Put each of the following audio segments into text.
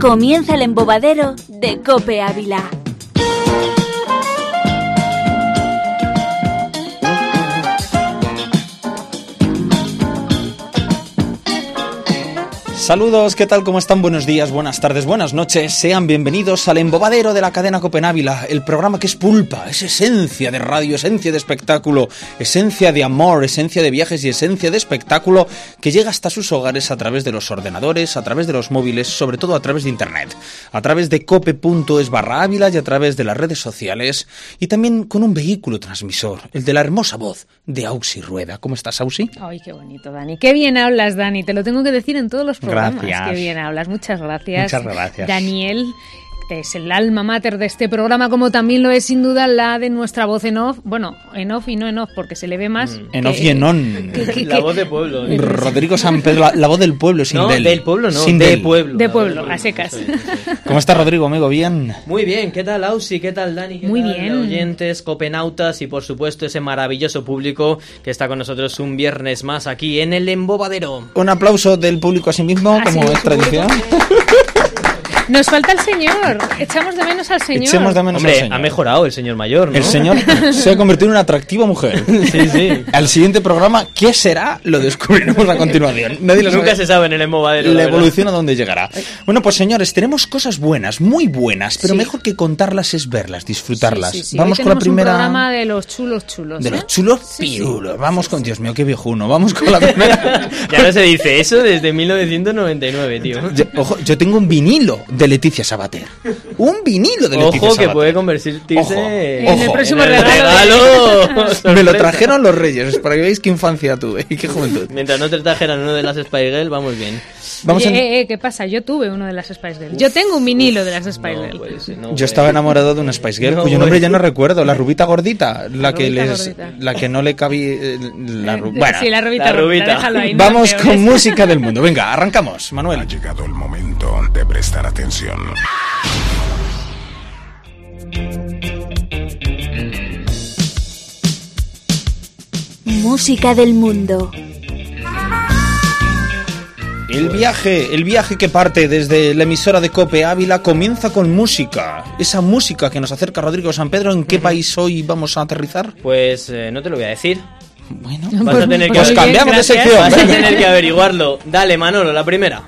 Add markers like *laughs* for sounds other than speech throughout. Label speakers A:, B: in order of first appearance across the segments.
A: Comienza el embobadero de Cope Ávila.
B: Saludos, ¿qué tal? ¿Cómo están? Buenos días, buenas tardes, buenas noches. Sean bienvenidos al embobadero de la cadena Copenávila, el programa que es pulpa, es esencia de radio, esencia de espectáculo, esencia de amor, esencia de viajes y esencia de espectáculo que llega hasta sus hogares a través de los ordenadores, a través de los móviles, sobre todo a través de internet, a través de cope.es barra Ávila y a través de las redes sociales y también con un vehículo transmisor, el de la hermosa voz de Auxi Rueda. ¿Cómo estás, Auxi?
C: Ay, qué bonito, Dani. Qué bien hablas, Dani. Te lo tengo que decir en todos los programas.
B: Gracias.
C: Qué bien hablas. Muchas gracias.
B: Muchas gracias.
C: Daniel. que Es el alma mater de este programa, como también lo es sin duda la de nuestra voz en off. Bueno, en off y no en off, porque se le ve más.
B: Mm. En
C: que-
B: off y en on.
D: *laughs* La voz de pueblo. ¿eh?
B: Rodrigo San Pedro, la, la voz del pueblo, sin
D: No,
B: del.
D: del pueblo no,
B: Sin
D: de
B: del.
D: pueblo.
C: De
D: la
C: pueblo,
D: del
C: a secas.
D: Sí, sí, sí.
B: ¿Cómo estás, Rodrigo, amigo? ¿Bien?
D: Muy bien, ¿qué tal Ausi? ¿Qué tal Dani? ¿Qué
C: Muy
D: tal,
C: bien.
D: Oyentes, copenautas y por supuesto ese maravilloso público que está con nosotros un viernes más aquí en el Embobadero.
B: Un aplauso del público a sí mismo,
C: Ah,
B: como
C: sí,
B: es tradición.
C: Nos falta el señor. Echamos de menos al señor.
B: Echemos de menos al
D: Hombre,
B: señor.
D: ha mejorado el señor mayor, ¿no?
B: El señor se ha convertido en una atractiva mujer.
D: *laughs* Sí, sí.
B: Al siguiente programa, ¿qué será? Lo descubriremos a continuación. Nadie lo
D: Nunca
B: sabe.
D: se sabe en el Embobadero.
B: la
D: verdad.
B: evolución a dónde llegará. Bueno, pues señores, tenemos cosas buenas, muy buenas, pero
C: Sí.
B: mejor que contarlas es verlas, disfrutarlas.
C: Sí, sí, sí.
B: Vamos
C: Hoy
B: con la
C: tenemos
B: primera.
C: Un programa de los chulos chulos.
B: De
C: ¿eh?
B: los chulos
C: Sí, sí.
B: pirulos. Vamos con Dios mío, qué viejuno. Vamos con la primera.
D: *laughs* Ya no se dice eso desde 1999, tío.
B: *laughs* Yo, ojo, yo tengo un vinilo de Leticia Sabater. Un vinilo de Leticia
D: Ojo que
B: Sabater.
D: puede convertirse
B: Ojo,
D: en
B: ojo. En el
C: próximo
D: en el
C: regalo.
D: regalo.
B: Me lo
D: Sorpresa.
B: trajeron los reyes, para que veáis qué infancia tuve *laughs* y qué juventud.
D: Mientras no te trajeran uno de las Spice Girl, vamos bien.
B: Vamos
C: Oye,
B: en-
C: eh, eh, ¿qué pasa? Yo tuve uno de las Spice Girls. Yo tengo un vinilo de las Spice
D: No
C: Girls.
D: puede ser, no
B: Yo
D: puede
B: estaba
D: ser.
B: enamorado de una Spice Girl,
D: No, eh.
B: cuyo nombre
D: güey.
B: ya no recuerdo, la rubita gordita, la, que
C: rubita
B: les,
C: gordita.
B: la que no le cabía eh, la
C: Eh,
B: ru- bueno,
C: sí, la rubita.
D: la rubita.
C: déjalo ahí, no
B: vamos
C: la ¿eh?
B: con
C: peores.
B: música del
C: *laughs*
B: mundo. Venga, arrancamos,
E: Ha
B: Manuel.
E: llegado el momento de prestar atención.
A: Música del mundo.
B: El viaje, el viaje que parte desde la emisora de Cope Ávila comienza con música. Esa música que nos acerca Rodrigo San Pedro, ¿en qué país hoy vamos a aterrizar?
D: Pues eh, no te lo voy a decir.
B: Bueno,
D: Vas a
C: Pues-
D: tener que
B: pues
C: muy bien,
B: cambiamos de
C: gracias.
B: sección.
D: Vas a
B: Venga.
D: tener que averiguarlo. Dale, Manolo, la primera.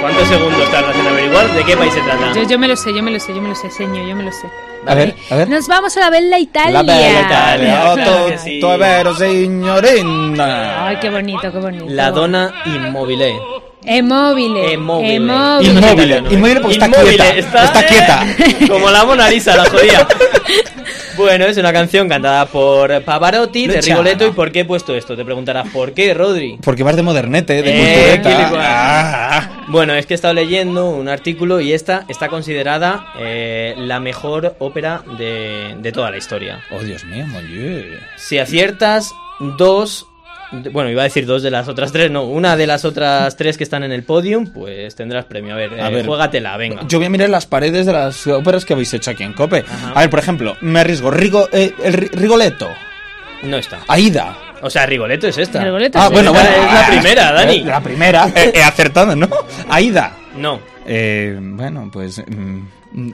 D: ¿Cuántos segundos tardas en averiguar de qué país se trata?
C: Yo, yo me lo sé, yo me lo sé, yo me lo sé, señor, yo me lo sé.
B: A ver, a ver.
C: Nos vamos a la Bella Italia.
B: La Oh, bella Italia,
D: Italia,
B: otto,
D: claro que sí.
B: tutto è vero, signorina.
C: Ay, qué bonito, qué bonito.
D: La dona inmobile.
C: Emóvile.
D: Inmóvil.
C: Emóvile.
B: Inmóvil.
D: ¿eh?
B: Inmóvil porque está quieta, está quieta.
D: *laughs* Como la Mona Lisa,
B: *laughs*
D: la jodía. Bueno, es una canción cantada por Pavarotti, de
B: Lucha.
D: Rigoletto. ¿Y por qué he puesto esto? Te preguntarás, ¿por qué, Rodri?
B: Porque vas de modernete, de
D: Eh,
B: cultureta.
D: qué guay.
B: Ah,
D: Bueno, es que he estado leyendo un artículo y esta está considerada eh, la mejor ópera de, de toda la historia.
B: Oh, Dios mío, mon Dieu.
D: Si aciertas dos, de- bueno, iba a decir dos de las otras tres, no, una de las otras tres que están en el podium, pues tendrás premio. A ver,
B: A
D: eh,
B: ver.
D: juégatela, venga.
B: Yo voy a mirar las paredes de las óperas que habéis hecho aquí en Cope. A ver, por ejemplo, me arriesgo. Rigo, eh, el Ri- Rigoletto,
D: No está.
B: Aida.
D: O sea, Rigoletto es esta.
C: Rigoletto
B: Ah,
C: sí.
B: bueno, bueno.
D: Es la primera, Dani.
B: Eh, La primera.
D: *laughs*
B: Eh, He acertado, ¿no? Aida.
D: No,
B: Eh, bueno, pues. mm,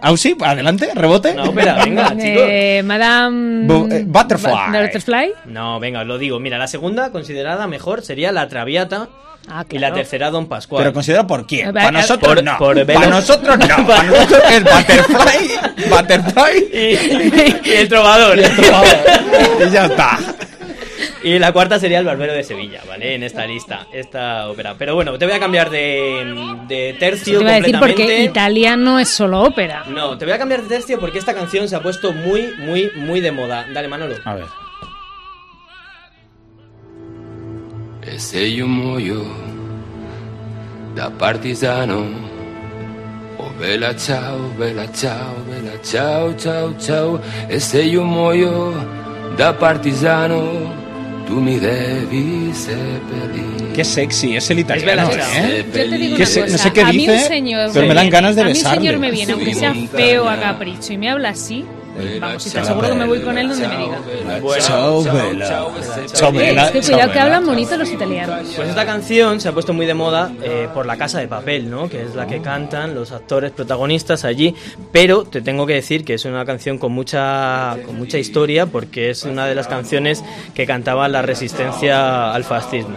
B: Ausi, adelante, rebote.
D: una
C: *laughs*
D: ópera, venga, chicos.
C: Eh, Madame
B: Bu- eh, Butterfly.
C: Ba- Butterfly.
D: No, venga, os lo digo. Mira, la segunda considerada mejor sería La Traviata
C: Ah,
D: y la
C: claro.
D: tercera Don Pascual.
B: Pero considera por quién.
C: Eh,
B: Para
C: eh,
B: nosotros
D: por-
B: no.
D: por
B: Para
D: Venus.
B: nosotros *laughs* no. Para nosotros es Butterfly. Butterfly.
D: y, *laughs* y el trovador. *laughs*
B: y ya está.
D: Y la cuarta sería El Barbero de Sevilla, ¿vale? En esta lista, esta ópera. Pero bueno, te voy a cambiar de, de tercio
C: Te iba a decir
D: completamente.
C: porque Italia no es solo ópera.
D: No, te voy a cambiar de tercio porque esta canción se ha puesto muy, muy, muy de moda. Dale, Manolo.
B: A ver.
F: E se io muoio da partigiano Oh bella ciao, bella ciao, bella ciao, ciao, ciao E se io muoio da partigiano Tu mi devi seppellire
B: Qué sexy es el
D: Es
B: italiano,
D: verdad,
B: ¿eh?
C: Yo te digo
B: Que
C: una
B: se-
C: cosa,
B: no sé qué
C: a mí un
B: dice,
C: señor
B: pero me dan
C: viene-
B: ganas de
C: A mí un
B: besarle.
C: señor me viene, aunque sea
F: Subimos
C: feo a
F: montaña.
C: capricho, y me habla así,
B: El-
C: Vamos, está seguro que me voy con él donde me diga.
B: Chao, Bella. Chao, Bella.
C: Eh, es que
B: Chao,
C: cuidado que
B: Bella.
C: hablan bonito los italianos.
D: Pues esta canción se ha puesto muy de moda eh, por La Casa de Papel, ¿no? Que es la que cantan los actores protagonistas allí. Pero te tengo que decir que es una canción con mucha, con mucha historia porque es una de las canciones que cantaba la resistencia al fascismo.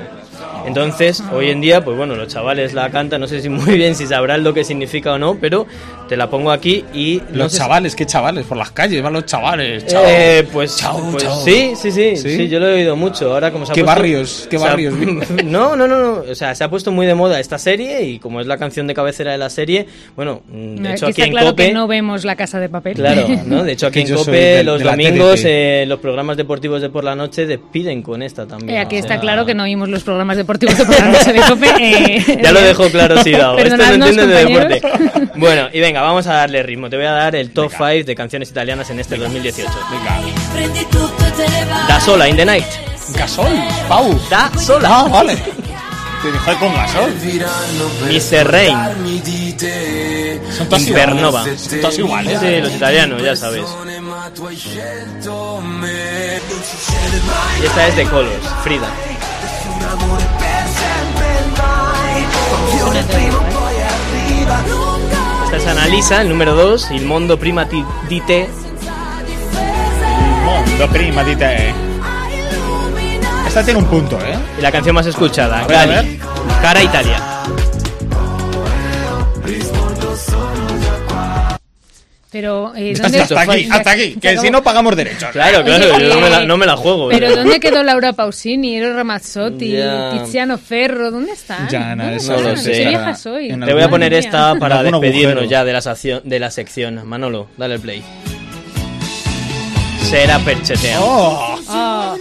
D: Entonces, hoy en día, pues bueno, los chavales la cantan, no sé si muy bien si sabrán lo que significa o no, pero te la pongo aquí y... no
B: Los
D: sé si-
B: chavales, qué chavales, por las calles van los chavales. Chao.
D: eh, pues,
B: Chao,
D: pues
B: chao.
D: Sí, sí, sí,
B: ¿Sí?
D: sí, yo lo he oído mucho. Ahora como se ha
B: ¿Qué
D: puesto-
B: barrios? ¿Qué
D: o sea,
B: barrios?
D: *laughs* no, no, no, no, o sea, se ha puesto muy de moda esta serie y como es la canción de cabecera de la serie, bueno, mm, de
C: Aquí
D: hecho aquí
C: está
D: en
C: claro
D: Cope,
C: que no vemos la casa de papel.
D: claro,
C: *laughs*
D: ¿no? De hecho aquí
B: Que
D: en
B: yo soy
D: Cope
B: de-
D: los
B: de la
D: domingos
B: TDT.
D: eh, los programas deportivos de por la noche despiden con esta también.
C: Eh, aquí
D: o
C: está
D: sea,
C: claro que no oímos los
B: *laughs*
C: programas deportivos de por la noche de Cope. eh.
D: *laughs* Ya lo dejo claro,
C: *laughs*
D: sí, Dao.
B: este
D: Esto no
C: Perdonadnos,
D: entiende de
C: compañeros.
D: deporte.
C: *laughs*
D: Bueno, y venga, vamos a darle ritmo. Te voy a dar el top 5 de canciones italianas en este 2018.
G: Prendi tutto e te ne vai.
D: Da Sola, In The Night.
B: Gasol, Pau.
D: Da Sola.
B: Ah, vale. Te dejé con Gasol.
D: Mr. Rain.
B: Son todas
D: Invernova.
B: iguales. Son todas iguales.
D: Sí, los italianos, ya sabes. Y esta es de Colors, Frida. Esta es Analisa, el número 2, Il Mondo Prima Ti- di Te.
H: Mondo prima di te.
B: Esta tiene un punto, ¿eh?
D: Y la canción más escuchada,
B: ver, a
D: Gali. Cara Italia.
C: Pero, eh, ¿dónde-
B: Hasta aquí,
C: Ya-
B: hasta aquí.
C: se
B: Que
C: acabó.
B: si no pagamos derechos.
D: Claro, *laughs* claro,
C: Oye,
D: yo no me la,
C: eh,
D: no me la juego.
C: Pero
D: pero-
C: ¿dónde quedó Laura Pausini, Ero Ramazzotti,
D: Ya.
C: Tiziano Ferro? ¿Dónde están?
B: Ya,
C: ¿Dónde
B: nada, eso
C: están?
D: no lo sé.
C: Qué vieja
B: Para-
C: soy.
B: Ah, en
D: Te voy a
B: algún-
D: poner
C: Madre mía.
D: esta para
B: algún
D: despedirnos
B: agujero.
D: ya de la, sección, de la sección. Manolo, dale el play. Será Perchetea.
B: Oh,
C: Ah,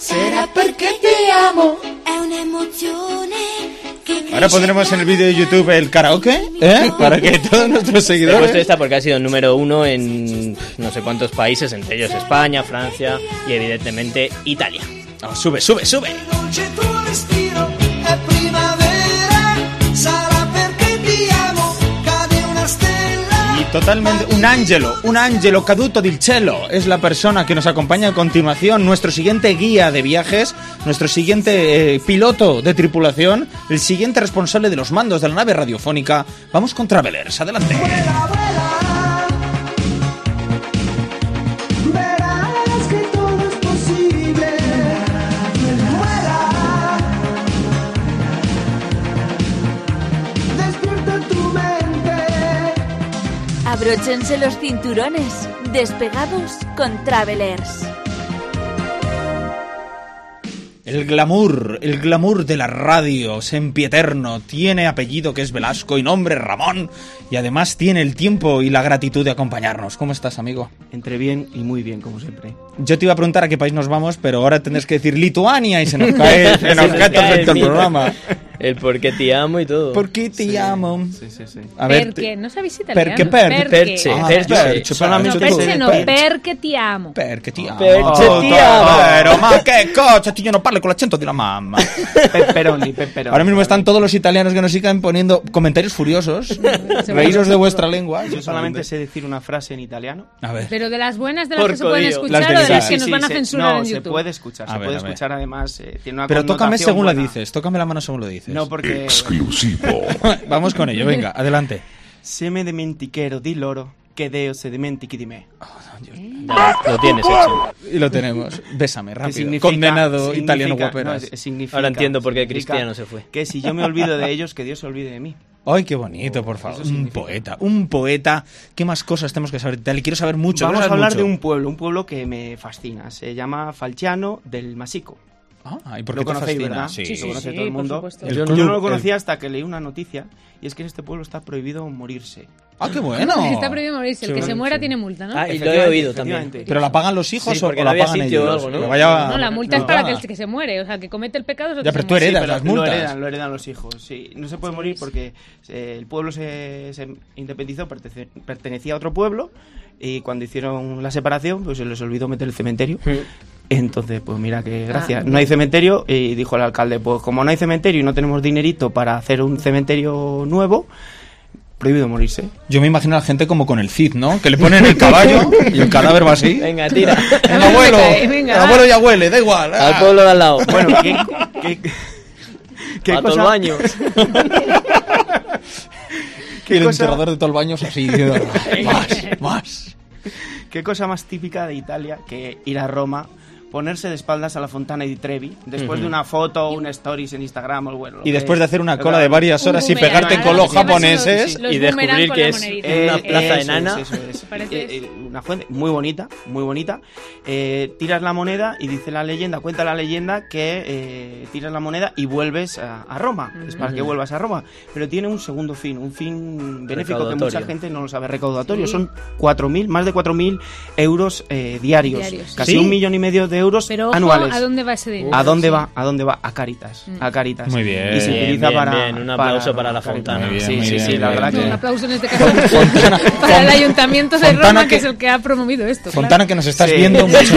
G: Sarà perché ti amo. È un'emozione che
B: ahora pondremos en el vídeo de YouTube el karaoke, ¿eh? Para que todos nuestros
D: Te he puesto
B: seguidores.
D: esta porque ha sido número uno en no sé cuántos países, entre ellos España, Francia y evidentemente Italia.
B: Ah, sube, sube, sube.
I: C'è tuo respiro, è primavera, sarà perché ti amo, cade una stella.
B: Y totalmente. Un ángelo, un ángelo caduto del cielo. Es la persona que nos acompaña a continuación. Nuestro siguiente guía de viajes, nuestro siguiente eh, piloto de tripulación, el siguiente responsable de los mandos de la nave radiofónica. Vamos con Travelers, adelante.
I: Verás que todo es posible. Vuela. Despierta tu mente.
A: Abróchense los cinturones. Despegados con Travelers.
B: El glamour, el glamour de la radio, sempieterno, tiene apellido que es Velasco y nombre Ramón, y además tiene el tiempo y la gratitud de acompañarnos. ¿Cómo estás, amigo?
J: Entre bien y muy bien, como siempre.
B: Yo te iba a preguntar a qué país nos vamos, pero ahora tendrás que decir Lituania y se nos
D: *laughs*
J: *laughs*
B: cae, se nos cae perfecto el programa.
D: El por qué te amo y todo.
B: ¿Por qué te llamo?
J: Sí, sí, sí.
B: A ver,
C: perché,
B: te-
C: no sabéis italiano.
B: perché, perché.
D: Perche,
B: Ah,
D: perche.
B: perche,
C: No,
D: Solamente
B: perche.
D: tú.
C: perché no,
B: Perché.
C: perché ti amo.
B: perché ti amo.
D: Perché ti amo.
B: Vero, ma che cosa? Io non parlo con l'accento della mamma.
J: Pepperoni, pepperoni.
B: Ahora mismo están todos los italianos que nos siguen poniendo comentarios
C: *laughs*
B: furiosos. Reíros de vuestra lengua.
J: Yo solamente sé decir una frase en italiano.
B: A ver.
C: Pero de las buenas, de las que se
D: Porco
C: pueden
D: Dio.
C: escuchar
B: Las
C: o de
B: delicadas.
C: las que
B: Sí,
C: nos van a
J: se-
C: censurar
J: No,
C: en
J: se
C: YouTube.
J: puede escuchar,
B: A
J: se
B: ver,
J: puede
B: a ver.
J: escuchar además. eh, tiene una
B: Pero tócame
J: connotación
B: según la
J: buena.
B: dices. Tócame la mano según lo dices.
J: No, porque.
E: Exclusivo.
B: *laughs* Vamos con ello, venga, adelante.
J: Se me dementiquero di loro, que deo se dementiqui di me.
D: Ya, Lo tienes hecho.
B: Y lo tenemos. Bésame,
J: Que
B: rápido.
J: significa-
B: Condenado
J: significa-
B: italiano
J: no,
B: guaperas.
J: es- significa-
D: Ahora entiendo por qué
J: significa
D: Cristiano se fue.
J: Que si yo me olvido de ellos, que Dios se olvide de mí.
B: Ay, qué bonito, por favor. Un poeta, un poeta. ¿Qué más cosas tenemos que saber? Dale, quiero saber *laughs* mucho.
J: Vamos a
B: quiero saber
J: hablar
B: mucho.
J: de un pueblo, un pueblo que me fascina. Se llama Falciano del Masico.
B: Ah, ¿y por qué
J: lo
B: te
J: conocéis,
B: fascina?
J: ¿verdad?
B: Sí.
C: Sí, sí,
J: lo conoce
C: sí,
J: todo el
C: por
J: mundo.
C: supuesto.
B: El
J: yo
B: club-
J: no lo conocía
B: el-
J: hasta que leí una noticia y es que en este pueblo está prohibido morirse.
B: Ah, qué *laughs* bueno.
C: Está prohibido morirse. El que se muera tiene multa, ¿no?
D: Ah, y lo he
J: Efectivamente,
D: oído también.
J: efectivamente.
B: ¿Pero la pagan los hijos
D: Sí,
B: o
D: porque
B: o
D: no
B: la
D: había
B: pagan
D: sitio o
B: ellos?
D: algo, ¿no?
B: Que vaya-
C: No, la multa
B: No,
C: es para
B: paga.
C: que el que se muere. O sea, que comete el pecado es el
B: Ah. Ya,
C: que
B: pero
C: se
B: tú
C: muere.
B: heredas
J: pero
B: las multas.
J: Lo heredan, lo heredan los hijos, sí. No se puede morir porque eh, el pueblo se, se independizó, pertece- pertenecía a otro pueblo y cuando hicieron la separación, pues se les olvidó meter el cementerio. Entonces, pues mira que gracias. No hay cementerio y dijo el alcalde, pues como no hay cementerio y no tenemos dinerito para hacer un cementerio nuevo,
B: *laughs*
J: prohibido morirse.
B: Yo me imagino a la gente como con el Cid, ¿no? Que le ponen el caballo y el cadáver va así.
D: Venga, tira.
B: *laughs* El abuelo,
C: Venga, *laughs* venga.
B: el abuelo ya huele, da igual. ah.
D: Al pueblo de al lado.
J: Bueno, ¿qué, qué, qué
D: a todo el
J: cosa-
D: baño.
B: *laughs* Ah. Y el
J: cosa-
B: enterrador de todo el baño es así. diciendo, más, más.
J: ¿Qué cosa más típica de Italia que ir a Roma, ponerse de espaldas a la Fontana di Trevi, después de una foto, una stories en Instagram o bueno. lo
B: Y
J: que-
B: después de hacer una cola de
J: Claro.
B: varias horas y
C: boomerang,
B: pegarte
J: ¿no?
B: con los
J: Se llama así,
B: japoneses.
J: sí,
C: Los
D: y
C: boomerang
D: descubrir
C: con
D: que
C: la
D: es
C: monedita.
J: Eh,
D: una plaza
J: eso
D: de
J: es,
D: enana.
J: eso es.
C: Parece-
J: Eh, eh, una fuente muy bonita, muy bonita. Eh, tiras la moneda y dice la leyenda, cuenta la leyenda que eh, tiras la moneda y vuelves a, a Roma. Es para que vuelvas a Roma. Pero tiene un segundo fin, un fin benéfico que mucha
D: Recaudatorio.
J: gente no lo sabe, recaudatorio. Son 4.000, más de 4.000 euros eh, diarios.
C: Diarios.
J: Casi
B: ¿Sí?
J: un millón y medio de euros
C: Pero ojo,
J: anuales.
C: ¿a dónde va ese dinero?
J: ¿A dónde
C: Sí. Mm.
J: va? ¿A dónde va? A Caritas. A Caritas.
B: Muy bien.
J: Y se
B: Bien,
J: utiliza
D: bien,
J: para.
D: bien. Un aplauso para la
J: Caritas.
D: Fontana.
B: Muy bien,
J: sí,
B: muy
J: sí,
B: bien,
J: sí. La
B: muy
J: verdad
B: bien.
C: Un
J: que.
C: aplauso en este caso para el ayuntamiento de
B: Fontana
C: Roma, que,
B: que-
C: es el que ha promovido esto. claro.
B: Fontana, que nos estás
J: Sí.
B: viendo
J: *laughs*
B: mucho.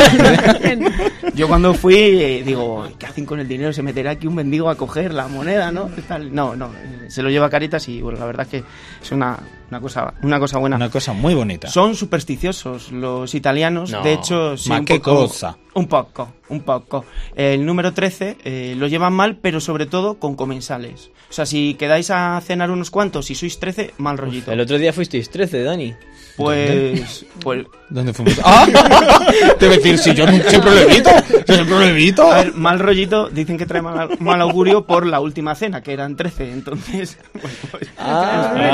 J: Yo cuando fui, eh, digo, ¿qué hacen con el dinero? ¿Se meterá aquí un mendigo a coger la moneda, no? Tal. No, no, eh, se lo lleva Caritas y bueno, la verdad es que es una, una, cosa, una cosa buena.
B: Una cosa muy bonita.
J: Son supersticiosos los italianos,
D: No,
J: de hecho, sí,
B: ma
J: un
B: qué
J: poco,
B: cosa.
J: Un poco, un poco. El número 13 eh, lo llevan mal, pero sobre todo con comensales. O sea, si quedáis a cenar unos cuantos y sois 13, mal rollito.
D: El otro día fuisteis 13, Dani.
B: ¿eh?
J: Pues, pues
B: ¿Dónde fuimos? *laughs* ¡Ah! Te voy a decir, si yo no- siempre lo evito. yo Siempre lo evito.
D: Oh.
J: A ver, mal rollito, dicen que trae mal, mal augurio por la última cena, que eran 13, entonces... *laughs* bueno, pues-
D: Ah.
B: Ay,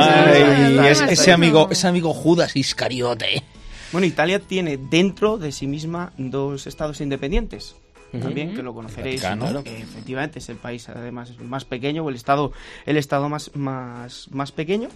J: Ay,
B: es-
J: está
B: ese
J: bien.
B: amigo, ese amigo Judas Iscariote.
J: Bueno, Italia tiene dentro de sí misma dos estados independientes. También que lo conoceréis.
B: Vaticano.
J: Claro, que efectivamente es el país además más pequeño o el estado el estado más más, más pequeño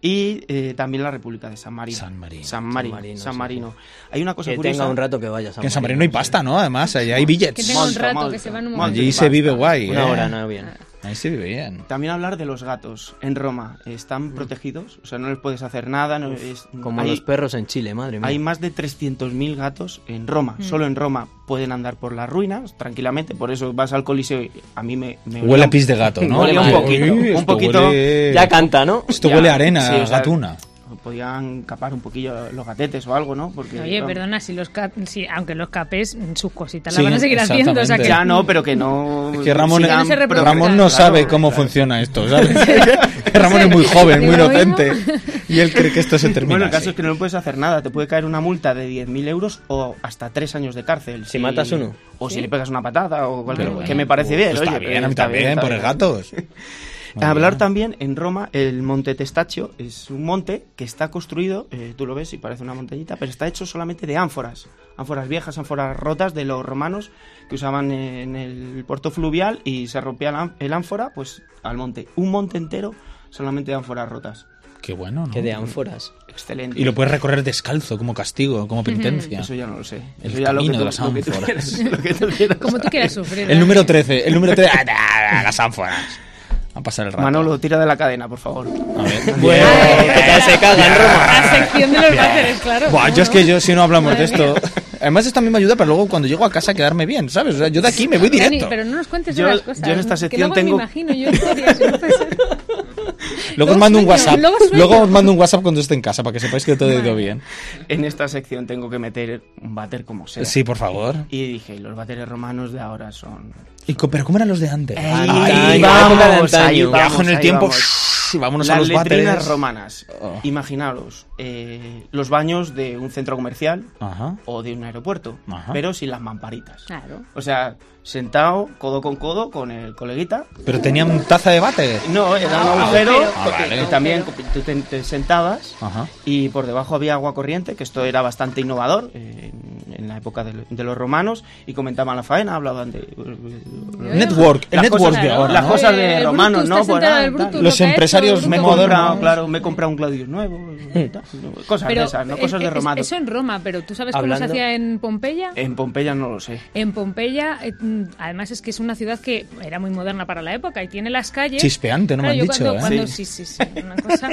J: y eh, también la República de San Marino.
B: San Marino.
J: San Marino.
D: San Marino,
J: San
D: sí.
J: Marino. Hay una cosa
D: Que
J: curiosa.
D: tenga un rato que vaya. a
B: Que en San Marino hay pasta, ¿no? Además, allá hay
C: Que
B: billets.
C: tenga un
J: Monta,
C: rato, que
J: monta,
C: se van un
J: monta.
C: momento.
B: Allí se vive guay.
D: Una
B: ¿eh?
D: hora, no, bien.
B: Ahí se vive bien.
J: También hablar de los gatos en Roma. Están protegidos, o sea, no les puedes hacer nada. no es-
D: Como
J: hay-
D: los perros en Chile, madre mía.
J: Hay más de 300.000 gatos en Roma.
C: Mm.
J: Solo en Roma pueden andar por las ruinas tranquilamente. Por eso vas al Coliseo y a mí me. me
B: Huele a pis de gato, ¿no?
J: Huele
D: un
J: poquito,
B: Uy,
J: un
B: esto
J: poquito.
B: huele-
D: Ya canta, ¿no?
B: Esto
J: Ya,
B: huele a arena,
J: sí, o sea,
B: gatuna.
J: Podían capar un poquillo los gatetes o algo, ¿no? Porque,
C: Oye,
J: vamos,
C: perdona, si los cap- si, aunque los capes, sus cositas
B: Sí,
C: las van a seguir haciendo. O sea que,
J: Ya no, pero que no.
B: Es que Ramón,
J: sigan
C: no se reproduzcan.
J: programando,
B: Ramón no
J: claro,
B: sabe cómo
J: claro.
B: funciona esto,
C: *laughs*
B: ¿sabes? *laughs* Que Ramón es muy joven, muy
C: Digo,
B: inocente. Y él cree que esto se termina.
J: Bueno, el caso
B: así.
J: es que no puedes hacer nada. Te puede caer una multa de 10.000 euros o hasta 3 años de cárcel.
D: Si matas uno.
J: O si le pegas una patada o cualquier
B: Pero bueno, pues
J: Que me parece bien.
B: Está
J: oye,
B: bien,
J: pero
B: a mí
J: está
B: también,
J: está
B: por el
J: bien.
B: gatos.
J: *laughs*
B: Muy
J: Hablar
B: bien.
J: también en Roma, el Monte Testaccio es un monte que está construido, eh, tú lo ves y parece una montañita, pero está hecho solamente de ánforas, ánforas viejas, ánforas rotas de los romanos que usaban en el puerto fluvial y se rompía el án- el ánfora, pues al monte. Un monte entero solamente de ánforas rotas.
B: Qué bueno, ¿no?
D: Que de ánforas.
J: Excelente.
B: Y lo puedes recorrer descalzo, como castigo, como penitencia.
J: Eso ya no lo sé.
B: El
J: Eso ya lo que
B: camino
J: tú-
B: de las
J: lo que tú
B: ánforas.
J: quieras, lo que tú quieras.
C: como tú quieras sufrir. ¿eh?
B: El número 13, el número 13. ¡Ah, ah, ah, Las ánforas. A pasar el rato.
J: Manolo, tira de la cadena, por favor.
B: A ver.
D: Bueno,
C: Ay,
D: que se caga en Roma.
C: Ah, eh, La sección de los váteres, claro.
B: Buah,
C: ¿cómo
B: yo es
C: no?
B: que yo si no hablamos de
C: Madre
B: esto. Además, esto a mí me ayuda para luego cuando llego a casa quedarme bien, ¿sabes? O sea, yo de aquí me voy
C: Dani,
B: directo.
C: pero no nos cuentes
J: Yo-
C: las cosas.
J: yo en esta
C: que
J: sección
C: luego
J: tengo-
C: Me imagino yo historias. entonces-
B: Luego os
C: luego
B: mando un
C: sueño,
B: WhatsApp.
C: luego sueño.
B: Luego os mando un WhatsApp cuando esté en casa para que sepáis que todo ha ido bien.
J: En esta sección tengo que meter un váter como sea.
B: Sí, por favor.
J: Y dije, los váteres romanos de ahora son...
B: Y co- pero ¿cómo eran los de antes?
J: Ahí
D: Ahí
J: vamos,
D: vamos,
J: ahí
D: ahí
J: vamos,
B: Viajo en el
J: ahí
B: tiempo.
J: vamos.
B: y vámonos a los
J: Las letrinas
B: váteres.
J: romanas.
B: Oh.
J: Imaginaros eh, los baños de un centro comercial
B: Ajá.
J: o de un aeropuerto,
B: Ajá.
J: pero sin las mamparitas.
C: Claro.
J: O sea, sentado codo con codo con el coleguita.
B: Pero tenían taza de váter.
J: No, era un agujero
B: Ah,
J: porque
B: vale.
J: también tú te, te sentabas
B: Ajá.
J: y por debajo había agua corriente, que esto era bastante innovador eh, en, en la época de, lo- de los romanos y comentaban la faena, hablaban de... uh,
B: Network, el
J: Las
B: network
J: cosas-
B: de ahora.
J: las
B: ¿no?
J: cosas de
C: Eh, el
J: romanos,
C: Brutus,
J: ¿no?
C: te has
J: Pues,
C: enterado
J: ah,
C: del Brutus,
J: tal.
C: lo
B: Los
C: que ha hecho,
B: empresarios
C: Brutus,
J: Me he
C: lo que ha hecho.
J: comprado, claro, me he comprado un Claudius nuevo.
C: *laughs*
J: y tal, cosas
C: Pero,
J: de esas, ¿no? Cosas
C: eh,
J: de
C: es-
J: romano.
C: Eso en Roma, pero ¿tú sabes cómo se
D: Hablando-
C: hacía en Pompeya?
J: En Pompeya no lo sé.
C: En Pompeya, eh, mm, además es que es una ciudad que era muy moderna para la época y tiene las calles.
B: Chispeante, no me
C: Claro,
B: han
C: yo
B: dicho,
C: cuando-
B: ¿eh?
C: cuando- sí. sí, sí,
B: *laughs*
C: una cosa.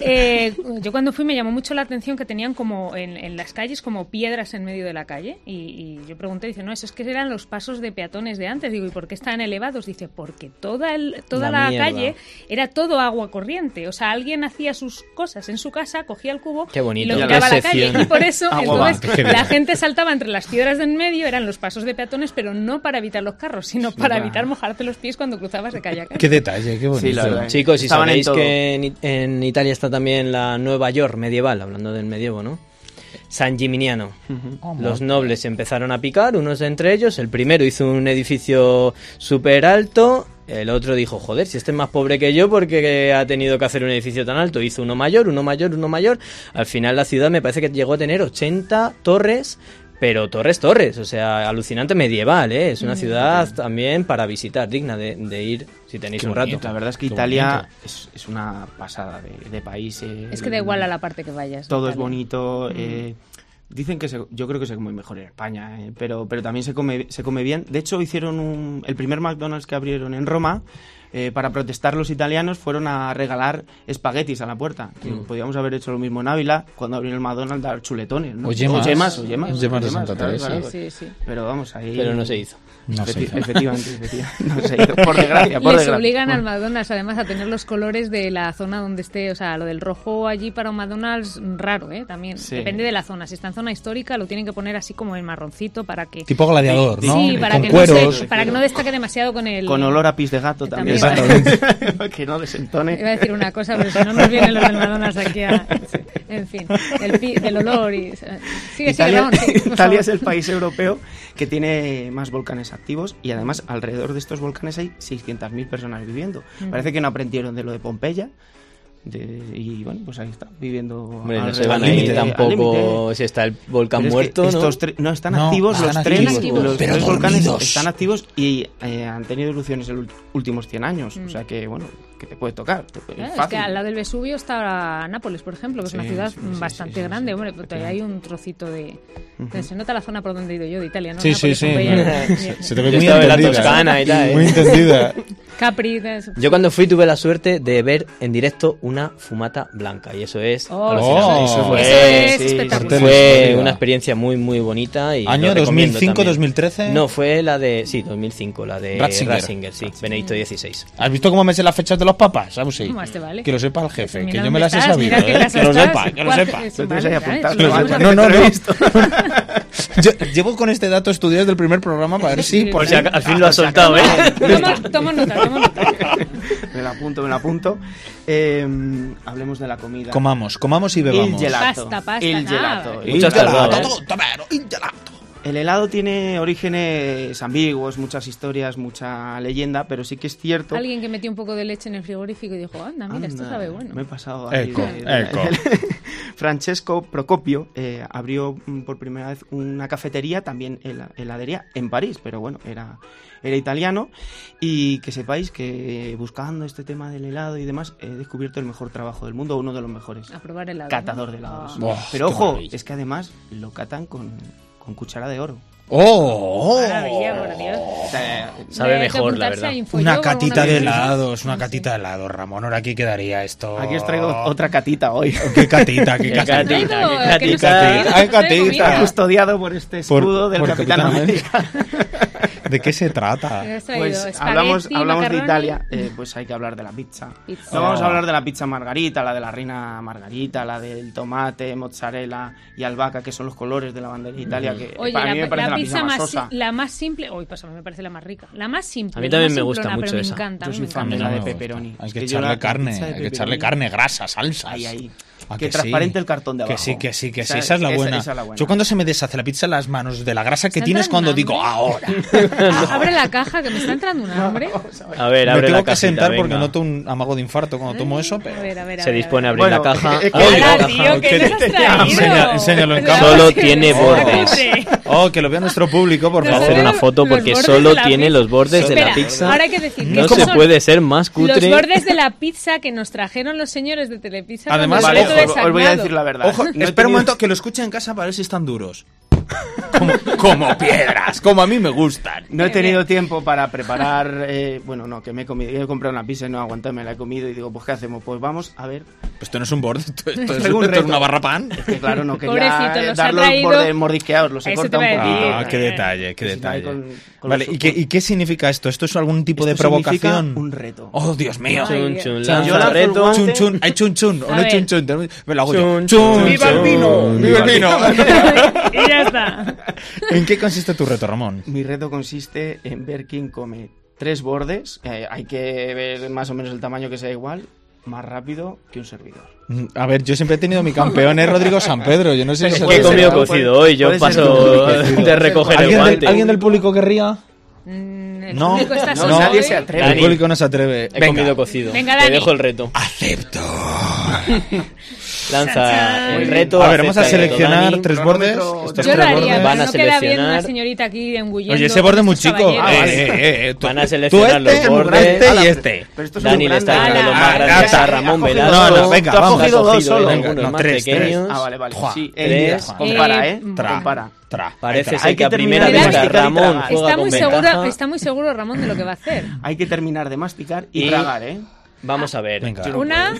C: Eh, yo cuando fui me llamó mucho la atención que tenían como en, en las calles como piedras en medio de la calle y, y yo pregunté, dice, no, esos que eran los pasos de peatones de antes. Digo, ¿y por qué están elevados? Dice, porque toda, el, toda
D: La
C: la,
D: mierda.
C: calle era todo agua corriente. O sea, alguien hacía sus cosas en su casa, cogía el cubo
D: Qué bonito.
C: y lo
D: Y a la
C: tiraba a la
D: sección.
C: calle. Y por eso,
B: *laughs* Agua
C: entonces,
B: va, qué bien.
C: la gente saltaba entre las piedras de en medio, eran los pasos de peatones, pero no para evitar los carros, sino para evitar mojarte los pies cuando cruzabas de calle a calle.
B: Qué detalle, qué bonito.
J: Sí, la verdad.
D: Chicos, si
J: Estaban en
D: sabéis
J: todo.
D: que en, I- en Italia está también la Nueva York medieval, hablando del medievo, ¿no? San Gimignano. Los nobles empezaron a picar, unos entre ellos. El primero hizo un edificio súper alto. El otro dijo, joder, si este es más pobre que yo, porque ha tenido que hacer un edificio tan alto? Hizo uno mayor, uno mayor, uno mayor. Al final la ciudad me parece que llegó a tener 80 torres, pero torres, torres. O sea, alucinante medieval, ¿eh? Es
J: Mm,
D: una ciudad también para visitar, digna de, de ir si tenéis
J: Qué
D: un
J: bonito,
D: rato.
J: La verdad es que
B: Qué
J: Italia
B: bonito.
J: es, es una pasada de, de país. eh,
C: Es que da igual a la parte que vayas.
J: Todo es
C: Italia.
J: bonito.
C: Mm.
J: eh, dicen que se- yo creo que se come mejor en España, eh, pero, pero también se come, se come bien. De hecho, hicieron un- el primer McDonald's que abrieron en Roma. eh, para protestar los italianos fueron a regalar espaguetis a la puerta. Y
D: Mm.
J: Podíamos haber hecho lo mismo en Ávila cuando abrieron el McDonald's dar chuletones. ¿no?
B: O yemas.
J: O yemas, o yemas,
B: O yemas de
J: o
B: Santa
J: claro,
B: Teresa.
J: claro.
C: Sí, sí.
J: Pero vamos, ahí...
D: Pero no se hizo.
B: No sé.
J: Efecti-
D: *laughs*
J: Efectivamente, efectivamente. No se hizo. Por desgracia, por
C: Les
J: desgracia.
C: obligan al
J: Bueno.
C: McDonald's además a tener los colores de la zona donde esté, o sea, lo del rojo allí para un McDonald's raro, ¿eh? También
J: Sí.
C: depende de la zona. Si está en zona histórica lo tienen que poner así como en marroncito para que
B: Tipo gladiador, ¿no? Eh,
C: sí,
J: Y
C: para
B: Con
C: que
B: cueros.
C: no se- para que no destaque demasiado con el
J: Con olor a pis de gato
C: También.
J: también.
B: Exactamente.
J: *laughs* que no
C: Iba a
J: desentone.
C: decir una cosa, pero si no nos vienen los del McDonald's aquí a... En fin, del, pi- del olor y... eh, Sigue, sigue,
J: Italia,
C: Ramón.
J: *laughs*
C: sí, por
J: Italia
C: favor.
J: es el país europeo que tiene más volcanes activos y además alrededor de estos volcanes hay 600.000 personas viviendo. Parece que no aprendieron de lo de Pompeya de- y bueno, pues ahí está, viviendo
D: Hombre, no se
J: alrededor
D: van
J: del
D: a ir
J: límite, al
D: tampoco
J: límite.
D: si está el
J: Pero
D: volcán
J: es que
D: muerto, ¿no?
J: estos tres- no, están
B: No,
J: activos
B: están
J: los
B: activos,
J: tres, los
B: pero
J: tres volcanes
B: dormidos.
J: están activos y eh, han tenido erupciones en los últimos 100 años. O sea que, bueno, que te puede tocar. te puede-
C: Mm. Claro, es que
J: fácil.
C: al lado del Vesubio está Nápoles, por ejemplo, que es una
J: Sí,
C: ciudad
J: sí, sí,
C: bastante
J: sí, sí,
C: grande.
J: sí,
C: Hombre,
J: sí,
C: pues todavía hay un trocito de...
J: Ujú.
C: Se nota la zona por donde he ido yo, de Italia, ¿no?
B: Sí, sí,
C: Nápoles,
B: sí.
C: Pompeya,
B: no.
C: bien.
B: Se, se te ve
D: Yo
B: muy
D: estaba en la
B: entendida.
D: Toscana y tal, ¿eh?
B: Muy entendida.
C: Capri... de-
D: Yo cuando fui tuve la suerte de ver en directo una fumata blanca y eso es
C: Oh,
D: alucinante.
B: eso es-
D: Fue-
C: eso es
J: sí,
C: espectacular.
B: sí,
D: fue
B: Telesfónica.
D: una experiencia muy muy bonita y
B: Año
D: lo recomiendo
B: 2005,
D: también.
B: 2013.
D: No, fue la de sí, 2005, la de
B: Ratzinger.
D: Ratzinger, sí, Benedicto 16.
B: ¿Has visto cómo me sé las fechas de los papas? Vamos, sí.
C: Más te vale.
B: Que lo sepa el jefe,
C: Mira
B: que yo me
C: dónde
B: las he
C: estás,
B: sabido.
C: mira que
B: ¿eh?
C: las
B: Que lo
C: estás.
B: sepa, que lo
C: ¿Cuál-
B: sepa.
C: eso,
J: Lo tienes
C: vale,
J: ahí
C: vale,
J: apuntado,
C: eso
J: lo
C: lo
J: vamos
C: vamos a
B: No,
C: hacer
B: no,
C: otra
B: no.
C: vez.
B: *laughs* Yo llevo con este dato estudiado desde el primer programa para ver si.
D: Por
B: Por
D: si aca- al
J: Ah,
D: fin lo has soltado, ¿eh?
C: Toma, toma nota, toma nota.
J: Me la apunto, me la apunto. Eh, hablemos de la comida.
B: Comamos, comamos y
J: el
B: bebamos.
J: gelato.
C: Pasta, pasta,
J: el
C: nada.
J: gelato.
D: Muchas
J: El gelato.
D: tardadas.
J: El helado tiene orígenes ambiguos, muchas historias, mucha leyenda, pero sí que es cierto.
C: Alguien que metió un poco de leche en el frigorífico y dijo, anda, Ah, mira, esto
J: Anda,
C: sabe bueno.
J: Me he pasado ahí
B: Eco,
J: de- de-
B: eco.
J: *laughs* Francesco Procopio eh, abrió mm, por primera vez una cafetería, también hela- heladería, en París, pero bueno, era, era italiano. Y que sepáis que eh, buscando este tema del helado y demás, he descubierto el mejor trabajo del mundo, uno de los mejores.
C: A probar helado. Ah, ¿no?
J: Catador de helados.
C: Ah.
B: Buah,
J: pero
B: qué
J: ojo,
B: maravilla.
J: es que además lo catan con, con cuchara de oro.
B: ¡Oh!
C: Maravilla, por Dios. Pues
J: O sea,
D: Sabe
C: Hay que
D: mejor, la
C: apuntarse
D: verdad.
C: a Infoyó o
B: Una
C: alguna
B: catita
C: cosa
B: de
C: así.
B: helados, una
C: Sí,
B: catita de helados, Ramón. Ahora aquí quedaría esto.
J: aquí os traigo
B: oh.
J: otra catita hoy. *laughs*
B: Qué catita, qué
D: Qué
B: catita.
C: sí.
D: catita,
C: Traigo,
D: qué
C: eh, que no sé
D: catita.
C: qué, no sé
B: Ay,
C: qué traigo,
B: catita.
C: mira.
J: custodiado por este
B: Por-
J: escudo del
B: por
J: Capitán
B: Capitán
J: América.
B: ¿De qué se trata?
C: Has traído
J: Pues
C: espagueti,
J: hablamos, hablamos de
C: macarrones.
J: Italia, eh, pues hay que hablar de la pizza.
C: Pizza.
J: No vamos a hablar de la pizza margarita, la de la reina margarita, la del tomate, mozzarella y albahaca, que son los colores de la bandera de Italia, que
C: Mm. Oye,
J: para
C: la,
J: mí me
C: la
J: parece la,
C: pizza más, si-
J: sosa.
C: la más simple. Uy, pues a mí me parece la más rica. La más simple.
D: A mí
C: la
D: también
C: más
D: me gusta
C: simplona,
D: mucho
C: pero
D: esa.
C: Me encanta,
J: Yo
C: a mí
J: soy
C: me
J: fan
C: encanta.
J: de la de
B: gusta.
J: pepperoni.
B: Hay
J: Es
B: que,
J: que yo la
B: echarle
J: pizza de
B: carne, hay que
J: pepperoni-
B: echarle carne, grasa, salsas.
J: Ahí, ahí.
B: ¿A
J: Que
B: Ah, sí?
J: transparente el cartón de
B: Que
J: abajo.
B: sí, que sí, que
J: O
B: sí.
J: sea,
B: Esa es la
J: esa-
B: buena.
J: esa es la buena.
B: Yo cuando se me deshace la pizza en las manos de la grasa que
C: ¿Está
B: tienes
C: tan
B: cuando
C: hambre?
B: digo
C: *laughs*
B: ahora.
C: *laughs* Abre la caja, que me está
B: *laughs*
C: entrando un hambre.
D: A ver,
B: me
D: abre
B: tengo
D: la
B: que
D: casita,
B: sentar porque
D: venga.
B: noto un amago de infarto cuando tomo eso,
C: A
B: pero... *laughs*
C: ver, a ver, a
D: Se
C: ver,
D: dispone a
C: a ver.
D: abrir la
J: Bueno,
D: caja.
J: es que-
D: Abre la
C: Hola,
D: caja.
C: tío, que no lo
D: *laughs*
C: has traído.
B: Enseña- enséñalo en cámara.
D: Solo tiene
C: Ah,
D: bordes.
C: hombre.
B: Oh, que lo vea nuestro público, por
C: Nos
D: Voy a
B: favor.
D: hacer una
C: Los
D: foto porque
C: bordes
D: solo
C: de la
D: tiene
C: pizza.
D: los bordes de la
C: Espera,
D: pizza.
C: ahora hay que decir que
D: no
C: estos
D: se
C: son
D: puede ser más cutre.
C: Los bordes de la pizza que nos trajeron los señores de Telepizza. con
B: Además,
C: el
B: Vale,
C: plato
J: os, os voy a
C: desarmado.
J: decir la verdad.
B: Ojo,
J: No he
B: espera
J: tenido-
B: un momento que lo escuche en casa para ver si están duros. como, como piedras, como a mí me gustan.
K: No he tenido tiempo para preparar. eh, bueno, no, que me he comido. Yo he comprado una pizza y no aguanté, me la he comido y digo, pues ¿qué hacemos? Pues vamos a ver.
B: Pues esto no es un borde, esto, esto es,
K: Esto es un
B: esto es
K: reto.
B: una barra pan.
K: Es que claro,
C: *laughs*
K: no quería
C: Pobrecito,
K: eh,
C: los ha
K: dar los
C: traído-
K: bordes mordisqueados, los he
C: Eso te
K: cortado un
C: iba a decir. Eh,
K: poquito.
B: Ah, qué detalle, qué
K: Sí, está ahí
B: detalle.
K: con- con
B: vale,
K: los
B: ¿y qué, y qué significa esto? ¿Esto es algún tipo de
K: Esto significa
B: provocación?
K: un reto.
B: Oh, Dios mío.
C: Ay,
D: Chun,
C: Dios.
D: chun,
B: O sea,
D: lanza
K: yo lanzo el
D: reto.
K: guante.
B: Chun chun, hay chun chun, o
C: A
B: no hay chun
C: ver.
B: chun, tenemos- me lo hago yo.
D: Chun,
B: Chun,
D: chun,
B: viva el
D: chun.
B: vino, viva el vino.
C: y ya está.
B: ¿En qué consiste tu reto, Ramón?
K: Mi reto consiste en ver quién come tres bordes. eh, hay que ver más o menos el tamaño que sea igual, más rápido que un servidor.
B: Mm, A ver, yo siempre he tenido mi campeón, es Rodrigo San Pedro. Yo no sé si
D: Es
B: se
D: que
K: puede
D: Pues he
K: ser,
D: comido
K: ¿no? Puede-
D: cocido hoy, yo
K: puede ser
D: paso
K: que-
D: de recoger el
B: ¿Alguien, del,
D: guante.
B: ¿Alguien del público querría?
C: Mm, el
B: No,
C: público está
K: no,
C: solo
K: nadie
C: hoy.
K: se atreve.
B: El
D: Dani.
B: público no se atreve.
D: He
B: Venga. Ah,
D: comido cocido.
C: Venga,
D: Te
C: Dani.
D: dejo el reto.
B: Acepto.
D: Lanza el
C: Chan.
D: reto.
B: a ver, vamos a
D: acepta el reto,
B: seleccionar
D: Dani.
B: tres bordes.
K: Cronómetro-
B: Estos
C: Yo
B: tres
C: lo haría,
B: bordes.
D: Van a
C: pero no queda bien
D: seleccionar.
C: una señorita aquí engullendo.
B: Oye, ese borde es muy
C: a
B: chico.
C: estos caballeros.
B: Eh, eh, eh, tú-
D: Van a
B: tú
D: seleccionar los
B: este,
D: bordes.
B: este y este.
K: Pero esto es
D: Dani
K: un
D: le está
K: grande.
D: diciendo lo
B: Ah,
D: más grande
B: ah,
D: a
B: ah,
D: Ramón
K: ha cogido
D: Velasco.
B: dos. No, no, venga,
D: Tú has
B: vamos.
D: cogido
K: Ha cogido
D: dos
K: dos
D: solo.
K: solo.
D: Algunos
B: No,
D: más
B: tres, tres.
D: pequeños.
K: Ah, vale, vale. Sí,
B: Tres,
K: eh, compara,
C: mm.
K: ¿eh?
B: Tra,
K: Compara.
B: tra.
D: Parece
B: Ahí
D: ser que a
K: Hay que
D: primera
C: terminar de
D: vista
K: masticar y
D: Ramón
K: tragar.
D: juega
C: Está
D: con
C: muy, seguro,
D: ventaja.
C: está muy seguro Ramón de lo que va a hacer.
K: Hay que terminar de masticar y,
D: Y-
K: tragar, ¿eh?
D: Vamos a ver.
B: Venga.
C: Una,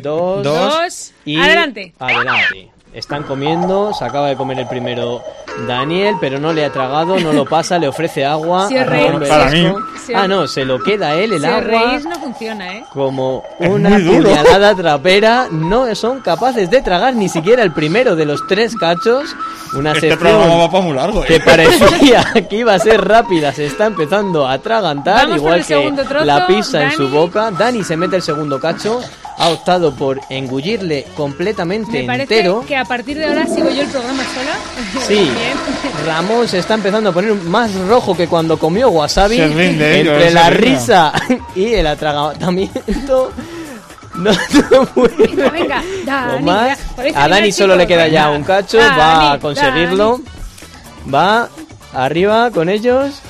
D: Dos,
C: dos,
D: y
C: adelante.
D: Adelante. Están comiendo, se acaba de comer el primero Daniel, pero no le ha tragado, no lo pasa, le ofrece agua.
C: Si os
D: a Ramón
C: reís-
D: Velasco.
B: Para mí.
C: si os-
D: Ah, no, se lo queda él el
C: si
D: agua.
C: os reís no funciona, ¿eh?
D: Como
B: Es
D: una
B: muy duro.
D: puñalada trapera, no son capaces de tragar ni siquiera el primero de los tres cachos. Una
B: Este programa va
D: sección
B: para muy largo,
D: que
B: ¿eh?
D: parecía *laughs* que iba a ser rápida se está empezando a atragantar,
C: Vamos con
D: igual
C: el
D: que
C: segundo trozo,
D: la pizza en su
C: Dani.
D: boca. Dani se mete el segundo cacho, ha optado por engullirle
C: Me
D: completamente
C: parece
D: entero.
C: que a partir de ahora sigo yo el programa sola.
D: Sí,
C: Bien.
D: Ramón se está empezando a poner más rojo que cuando comió wasabi.
B: Se rinde, ¿eh?
D: entre
B: Se
D: la
B: rinde.
D: risa *laughs* y el atragantamiento. *laughs* No, no puede.
C: Venga, venga, Dani,
D: O más.
C: ya, parece
D: A
C: que
D: Dani
C: ya,
D: solo le
C: chicos,
D: queda ya
C: venga.
D: un cacho.
C: Ah, Dani,
D: va a conseguirlo. Va arriba con ellos.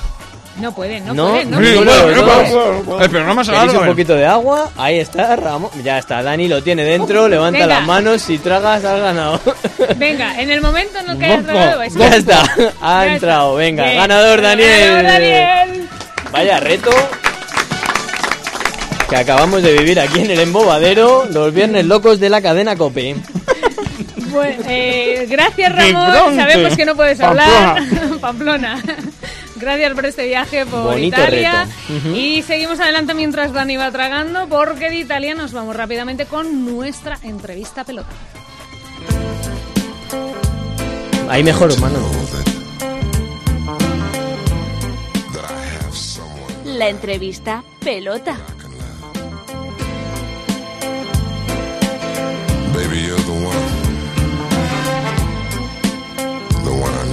C: No puede, no,
D: No,
C: puede, no
D: no,
C: puede.
D: no, no, no.
B: El programa se
D: Queréis
B: largo.
D: un
B: ¿eh?
D: poquito de agua. Ahí está, Ramón. Ya está, Dani lo tiene dentro. Levanta
C: venga.
D: las manos. y tragas, has
C: *laughs*
D: ganado.
C: Venga, en el momento no caes
B: Moco.
C: rodado, vais a-
D: *laughs* ya está.
C: Ya
D: Ha
C: está.
D: entrado. Venga,
C: Bien.
D: ganador
C: Ganador Daniel.
D: Vaya reto que acabamos de vivir aquí en el embobadero, los viernes locos de la cadena Cope.
C: Bueno, eh, gracias
B: De
C: Ramón,
B: bronce.
C: sabemos que no puedes hablar. *laughs* Pamplona. Gracias por este viaje por
D: Bonito
C: Italia.
D: reto. Ujú.
C: Y seguimos adelante mientras Dani va tragando, porque de Italia nos vamos rápidamente con nuestra entrevista pelota.
D: Ahí mejor, humano.
A: La entrevista pelota.
E: Baby, you're the one. The one I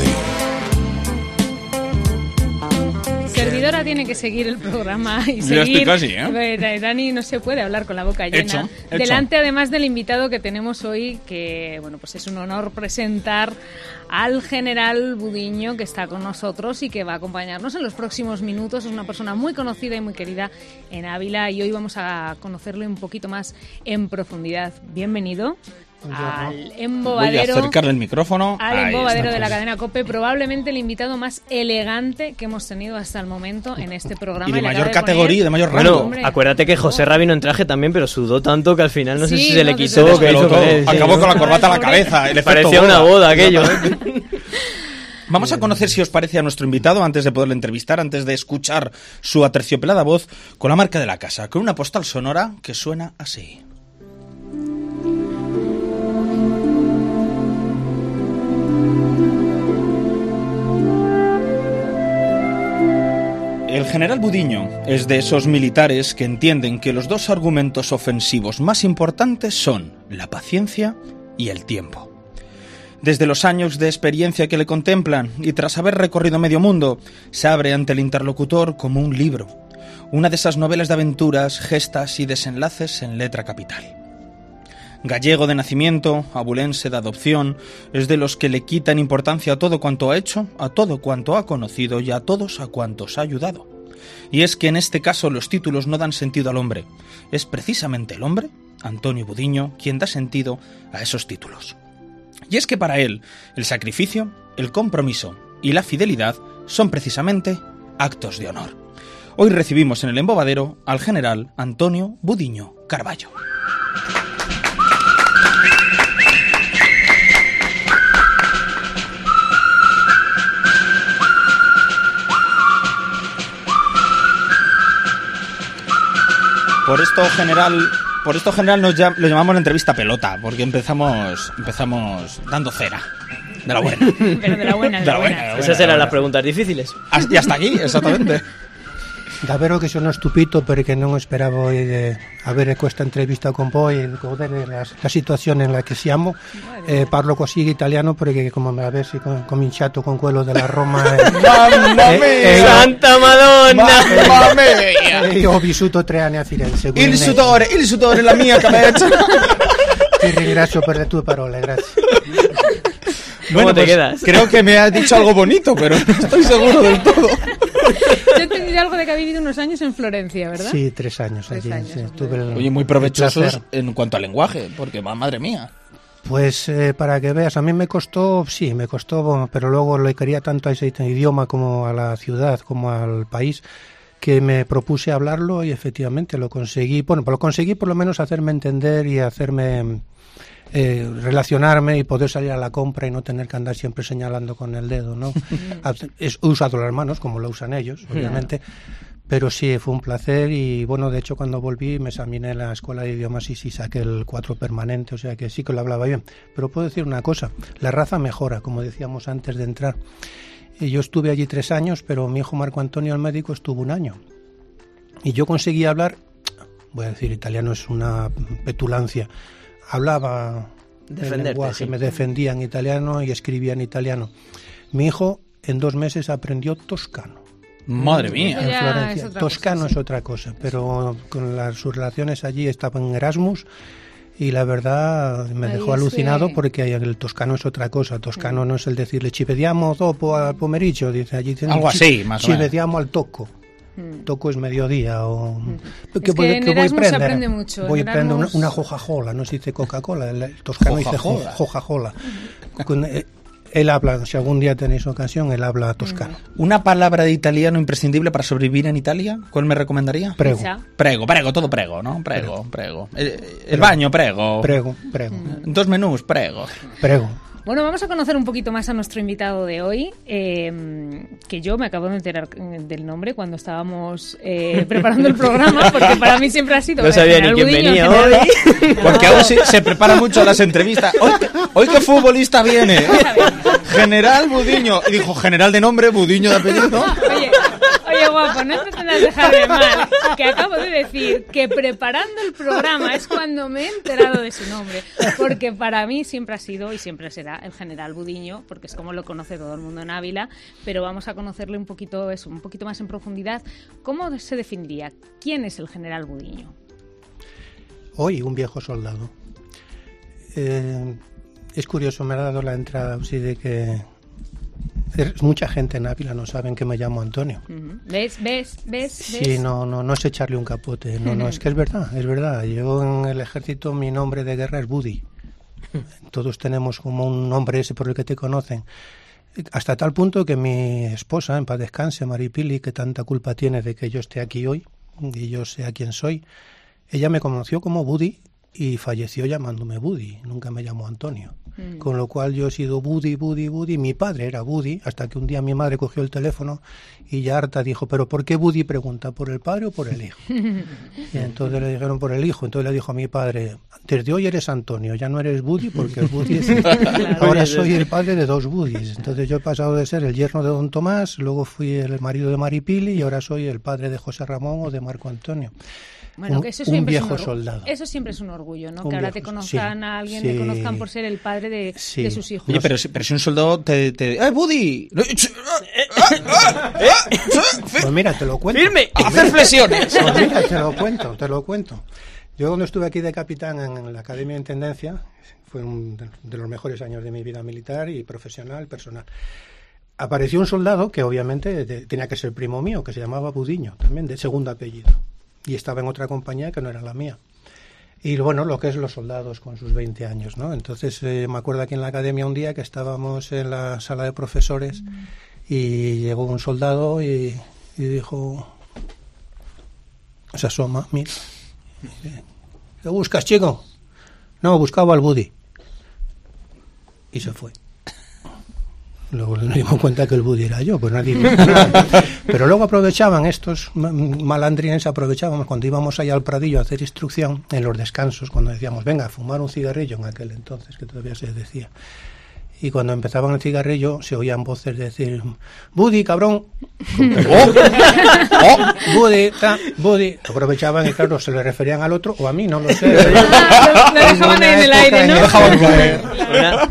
E: need.
C: Servidora tiene que seguir el programa y
B: Ya estoy
C: seguir.
B: casi, ¿eh?
C: Ver, Dani no se puede hablar con la boca llena.
B: Hecho, hecho.
C: Delante además del invitado que tenemos hoy, que bueno pues es un honor presentar al general Budiño que está con nosotros y que va a acompañarnos en los próximos minutos. Es una persona muy conocida y muy querida en Ávila y hoy vamos a conocerlo un poquito más en profundidad. Bienvenido al
B: Voy a
C: embobadero.
B: acercarle el micrófono.
C: Al
B: Ahí
C: embobadero
B: está.
C: de la cadena COPE, probablemente el invitado más elegante que hemos tenido hasta el momento en este programa.
B: Y de
C: Le acaba
B: mayor
C: poner-
B: categoría, de mayor
D: Bueno,
B: rango.
C: Hombre.
D: acuérdate que José Rabino en traje también, pero sudó tanto que al final no sé
C: Sí,
D: si se le
C: no,
D: quitó.
C: desde
D: o qué hizo con él, sí,
B: Acabó
D: ¿no?
B: con la corbata a la
C: Pobre.
B: cabeza. el efecto
D: Parecía una boda aquello. ¿eh?
B: Vamos a conocer, si os parece, a nuestro invitado antes de poderle entrevistar, antes de escuchar su aterciopelada voz con la marca de la casa, con una postal sonora que suena así. El general Budiño es de esos militares que entienden que los dos argumentos ofensivos más importantes son la paciencia y el tiempo. Desde los años de experiencia que le contemplan y tras haber recorrido medio mundo, se abre ante el interlocutor como un libro, una de esas novelas de aventuras, gestas y desenlaces en letra capital. Gallego de nacimiento, abulense de adopción, es de los que le quitan importancia a todo cuanto ha hecho, a todo cuanto ha conocido y a todos a cuantos ha ayudado. Y es que en este caso los títulos no dan sentido al hombre. Es precisamente el hombre, Antonio Budiño, quien da sentido a esos títulos. Y es que para él, el sacrificio, el compromiso y la fidelidad son precisamente actos de honor. Hoy recibimos en el embobadero al general Antonio Budiño Carballo. Por esto, general, por esto, general, nos llam- lo llamamos la entrevista pelota, porque empezamos, empezamos dando cera. De la buena.
C: Pero de
B: *laughs*
C: la buena, de la buena.
D: Esas eran las preguntas difíciles.
B: As- Y hasta aquí,
J: *laughs*
B: exactamente.
J: Davvero che sono stupito perché non speravo di eh, avere questa intervista con voi e godere la, la situazione nella che siamo. Eh, parlo così italiano perché come mi avessi co- cominciato con quello della Roma. eh,
B: Mamma
J: eh, eh,
D: ¡Santa Madonna!
B: Mamma mia!
J: eh, *laughs* io ho vissuto tre anni a Firenze.
B: Il
J: quindi
B: sudore, il sudore, la mia cabeza.
J: Ti ringrazio per le tue parole, grazie.
D: ¿Cómo te quedas?
B: pues, Creo que me has dicho algo bonito, pero no estoy seguro del todo.
C: Yo he entendido algo de que ha vivido unos años en Florencia, ¿verdad?
J: Sì, tre anni. Sì,
C: anni,
J: sì,
C: ok.
J: tuve il-
B: Oye, muy
J: il
B: provechosos
J: placer.
B: en cuanto al lenguaje, porque ma- madre mía.
J: Pues eh, para que veas, a mí me costó, sí, me costó, bueno, pero luego le quería tanto a ese idioma como a la ciudad, como al país, que me propuse hablarlo y efectivamente lo conseguí. Bueno, lo conseguí por lo menos hacerme entender y hacerme eh, relacionarme y poder salir a la compra y no tener que andar siempre señalando con el dedo, ¿no? Hace- es- He usado las manos, como lo usan ellos, obviamente. Pero sí, fue un placer y bueno, de hecho cuando volví me examiné en la escuela de idiomas y sí saqué el 4 permanente, o sea que sí que lo hablaba bien. Pero puedo decir una cosa, la raza mejora, como decíamos antes de entrar. Y yo estuve allí tres años, pero mi hijo Marco Antonio, el médico, estuvo un año. Y yo conseguí hablar, voy a decir italiano es una petulancia, hablaba el
D: Defenderte,
J: lenguaje,
D: sí.
J: me defendía en italiano y escribía en italiano. Mi hijo en dos meses aprendió toscano
B: Madre
C: Eso
J: en
B: mía.
C: ya
J: Florencia.
C: es otra
J: Toscano
C: cosa, sí.
J: es otra cosa, pero con las, sus relaciones allí estaba en Erasmus y la verdad me
C: Ahí
J: dejó
C: es Mm.
J: alucinado
C: que-
J: porque el toscano es otra cosa. Toscano no es el decirle ci vediamo dopo al pomeriggio, dice allí. dicen,
B: Algo
J: "Ci-
B: así, más o
J: ci
B: menos".
J: vediamo al tocco.
C: Mm.
J: Toco es mediodía o...
C: que en Erasmus se aprende mucho, en
J: Voy a prender una,
C: Erasmus-
J: una jojajola, no se dice Coca-Cola, el, el toscano dice jo-
B: Jojajola.
J: jojajola. Con- eh, Él habla, si algún día tenéis ocasión, él habla toscano.
B: Una palabra de italiano imprescindible para sobrevivir en Italia, ¿cuál me recomendaría?
J: Prego,
C: Quizá.
B: Prego, prego, todo prego, ¿no? Prego, prego. El, el baño, prego.
J: prego, prego,
C: Mm.
B: Dos menús, *laughs* prego.
J: prego.
C: Bueno, vamos a conocer un poquito más a nuestro invitado de hoy, eh, que yo me acabo de enterar eh, del nombre cuando estábamos eh, preparando el programa, porque para mí siempre ha sido...
D: No
C: el
D: sabía
C: general
D: ni quién
C: Gudiño,
D: venía
C: general-
D: hoy.
B: Porque aún se, se prepara mucho las entrevistas. Hoy, que- hoy que futbolista viene. General Budiño. Y dijo, general de nombre, Budiño de apellido.
C: Oye, oye, guapo, no pretendas dejarme mal, que acabo de decir que preparando el programa es cuando me he enterado de su nombre, porque para mí siempre ha sido y siempre será el general Budiño, porque es como lo conoce todo el mundo en Ávila, pero vamos a conocerle un poquito eso, un poquito más en profundidad. ¿Cómo se definiría? ¿Quién es el general Budiño?
J: Hoy un viejo soldado. Eh, es curioso, me ha dado la entrada así de que es- mucha gente en Ávila no saben que me llamo Antonio.
C: Ujú. ¿Ves? ¿Ves? ¿Ves? ¿Ves?
J: Sí, no, no, no es echarle un capote. No, no, es que es verdad, es verdad. Yo en el ejército mi nombre de guerra es Buddy. Todos tenemos como un nombre ese por el que te conocen. Hasta tal punto que mi esposa, en paz descanse, Maripili, que tanta culpa tiene de que yo esté aquí hoy y yo sea quien soy, ella me conoció como Buddy y falleció llamándome Buddy, nunca me llamó Antonio. Con lo cual yo he sido Buddy, Buddy, Buddy, mi padre era Buddy, hasta que un día mi madre cogió el teléfono y ya harta dijo, pero ¿por qué Buddy pregunta? ¿Por el padre o por el hijo? Y entonces le dijeron por el hijo, entonces le dijo a mi padre, desde hoy eres Antonio, ya no eres Buddy porque el Buddy es... ahora soy el padre de dos Buddys. Entonces yo he pasado de ser el yerno de Don Tomás, luego fui el marido de Maripili y ahora soy el padre de José Ramón o de Marco Antonio.
C: Bueno,
J: Un-
C: que eso
J: un
C: siempre es
J: viejo
C: un orgu-
J: soldado.
C: Eso siempre es un orgullo, ¿no?
J: Un
C: que ahora te
J: viejo-
C: conozcan
J: sí,
C: a alguien,
J: sí.
C: te conozcan por ser el padre de,
J: Sí.
C: de sus hijos.
B: Oye, pero si, pero si un soldado te... te ¡Eh, Budi! No, ch- eh, ah, ah, eh, ch- fi-
J: Pues mira, te lo cuento.
D: ¡Firme!
B: ¡Hacer flexiones!
J: Pues mira, te lo cuento, te lo cuento. Yo cuando estuve aquí de capitán en la Academia de Intendencia, fue un de- de los mejores años de mi vida militar y profesional, personal. Apareció un soldado que obviamente de- tenía que ser primo mío, que se llamaba Budiño, también de segundo apellido. Y estaba en otra compañía que no era la mía. Y bueno, lo que es los soldados con sus 20 años, ¿no? Entonces eh, me acuerdo aquí en la academia un día que estábamos en la sala de profesores Y llegó un soldado y, y dijo, se asoma, mira, dice, ¿qué buscas, chico? No, buscaba al Buddy. Y se fue. Luego nos dimos cuenta que el Buddy era yo, pues nadie dijo nada. Pero luego aprovechaban estos ma- malandrines, aprovechábamos cuando íbamos allá al Pradillo a hacer instrucción, en los descansos, cuando decíamos, venga, fumar un cigarrillo en aquel entonces, que todavía se decía. Y cuando empezaban el cigarrillo, se oían voces decir, Buddy, cabrón. *laughs* Buddy, ta, Buddy. Aprovechaban y claro, se le referían al otro o a mí, no lo sé.
C: Lo dejaban ahí en el aire, ¿no?
D: Una,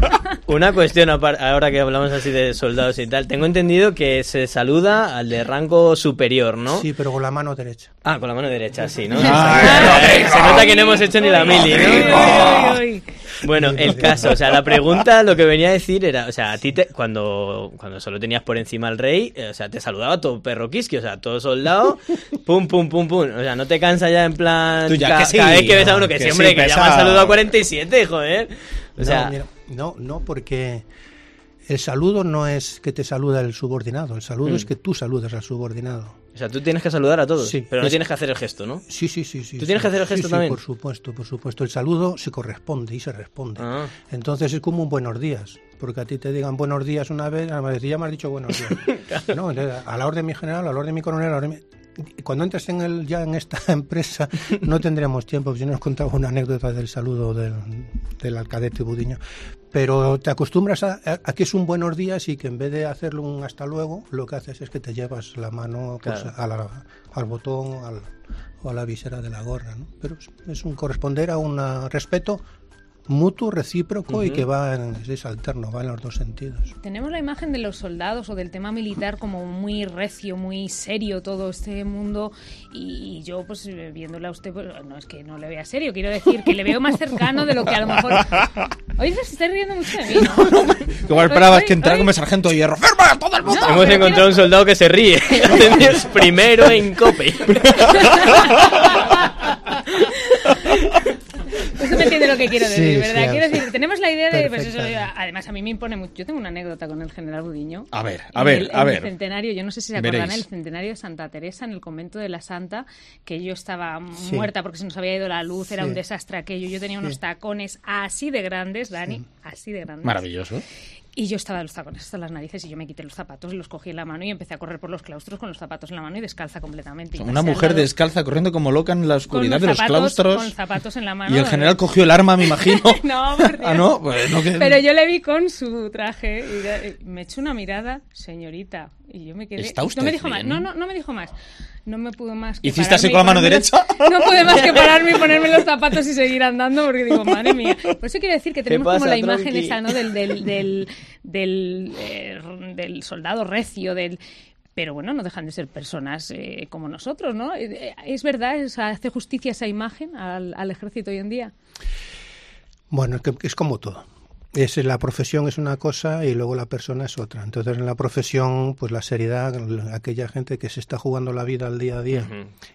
D: una cuestión apar- ahora que hablamos así de soldados y tal. Tengo entendido que se saluda al de rango superior, ¿no?
J: Sí, pero con la mano derecha.
D: Ah, con la mano derecha, sí, ¿no? Ah, eh,
J: Ay,
D: se nota que no hemos hecho ni la mili, ¿no? Bueno, el caso, o sea, la pregunta lo que venía a decir era, o sea, a ti te- cuando, cuando solo tenías por encima al rey, eh, o sea, te saludaba todo perro quisqui, o sea, todo soldado, pum, pum, pum, pum, o sea, no te cansa ya en plan,
B: Tú ya
D: ca-
B: que sí,
D: cada vez que ves a uno que,
B: que
D: sí,
B: sí,
D: hombre, que ya me has
B: pesado.
D: saludado 47, joder, o
J: No,
D: sea,
J: mira, no, no, porque el saludo no es que te saluda el subordinado, el saludo
D: Mm.
J: es que tú saludas al subordinado.
D: o sea, tú tienes que saludar a todos,
J: Sí,
D: pero no
J: es-
D: tienes que hacer el gesto, ¿no?
J: Sí, sí, sí. sí
D: ¿Tú tienes
J: sí.
D: que hacer el
J: Sí,
D: gesto
J: sí,
D: también?
J: por supuesto, por supuesto. El saludo se corresponde y se responde.
D: Ah.
J: Entonces es como un buenos días, porque a ti te digan buenos días una vez, a decir, ya me has dicho buenos
D: *laughs*
J: días. No, entonces, a la orden de mi general, a la orden de mi coronel, a la orden de mi- Cuando entres en el, ya en esta empresa no tendremos tiempo, porque yo no os contaba una anécdota del saludo del, del alcadete Budiño, pero te acostumbras a, a- a que es un buenos días y que en vez de hacerlo un hasta luego, lo que haces es que te llevas la mano pues,
D: Claro.
J: a la- al botón al- o a la visera de la gorra. ¿no? Pero es, es un corresponder a un ah, respeto mutuo, recíproco y
D: Ujú.
J: que va en, es alterno, va en los dos sentidos.
C: Tenemos la imagen de los soldados o del tema militar como muy recio, muy serio todo este mundo y, y yo pues eh, viéndole a usted, pues, no es que no le vea serio, quiero decir que le veo más cercano de lo que a lo mejor... Oye, se está riendo mucho de mí, ¿no?
B: Que igual esperabas que entrara como el sargento de hierro. ¡Firma! ¡Todo el mundo!
C: No,
D: Hemos
C: pero
D: encontrado un soldado que se ríe. *laughs* Tenías primero en cope.
C: Usted me Pues entiende lo que quiero decir,
J: Sí,
C: ¿verdad?
J: sí,
C: quiero
J: sí.
C: decir, tenemos la idea de... Pues eso,
J: Perfectamente.
C: además, a mí me impone mucho. Yo tengo una anécdota con el general Budiño.
B: A ver, a
C: En
B: ver,
C: el-
B: a
C: en el
B: ver.
C: centenario, yo no sé si se acuerdan,
B: Veréis.
C: el centenario de Santa Teresa en el convento de la Santa, que yo estaba
J: Sí.
C: muerta porque se nos había ido la luz, era
J: Sí.
C: un desastre aquello. Yo tenía unos
J: Sí.
C: tacones así de grandes, Dani, así de grandes.
B: Maravilloso.
C: Y yo estaba de los tacones hasta las narices y yo me quité los zapatos, los cogí en la mano y empecé a correr por los claustros con los zapatos en la mano y descalza completamente. Y
B: Una
C: pasé al
B: mujer
C: lado
B: descalza corriendo como loca en la
C: con
B: oscuridad de los
C: zapatos- Con
B: claustros.
C: zapatos en la mano.
B: Y el general cogió el arma, me imagino.
C: *laughs* No, por Dios.
B: Ah, no, pues no *laughs* que-
C: Pero yo le vi con su traje y ya- y me echó una mirada, señorita, y yo me quedé.
B: ¿Está
C: y
B: usted
C: no me dijo
B: bien?
C: más. No, no, no me dijo más. No me pudo más. que
B: ¿Hiciste
C: pararme
B: así
C: y
B: con la mano
C: ponerme
B: derecha?
C: los- *laughs* No pude más
B: *laughs*
C: que pararme y ponerme los zapatos y seguir andando porque digo, madre mía. Por eso quiero decir que tenemos
D: pasa,
C: como la imagen
D: tronqui?
C: esa, ¿no?
B: *laughs*
C: Del, del, del, del, eh, del soldado recio, del. Pero bueno, no dejan de ser personas eh, como nosotros, ¿no? Eh, eh, Es verdad, o sea, hace justicia esa imagen al, al ejército hoy en día.
J: Bueno, es que es como todo. Es, la profesión es una cosa y luego la persona es otra. Entonces, en la profesión, pues la seriedad, aquella gente que se está jugando la vida al día a día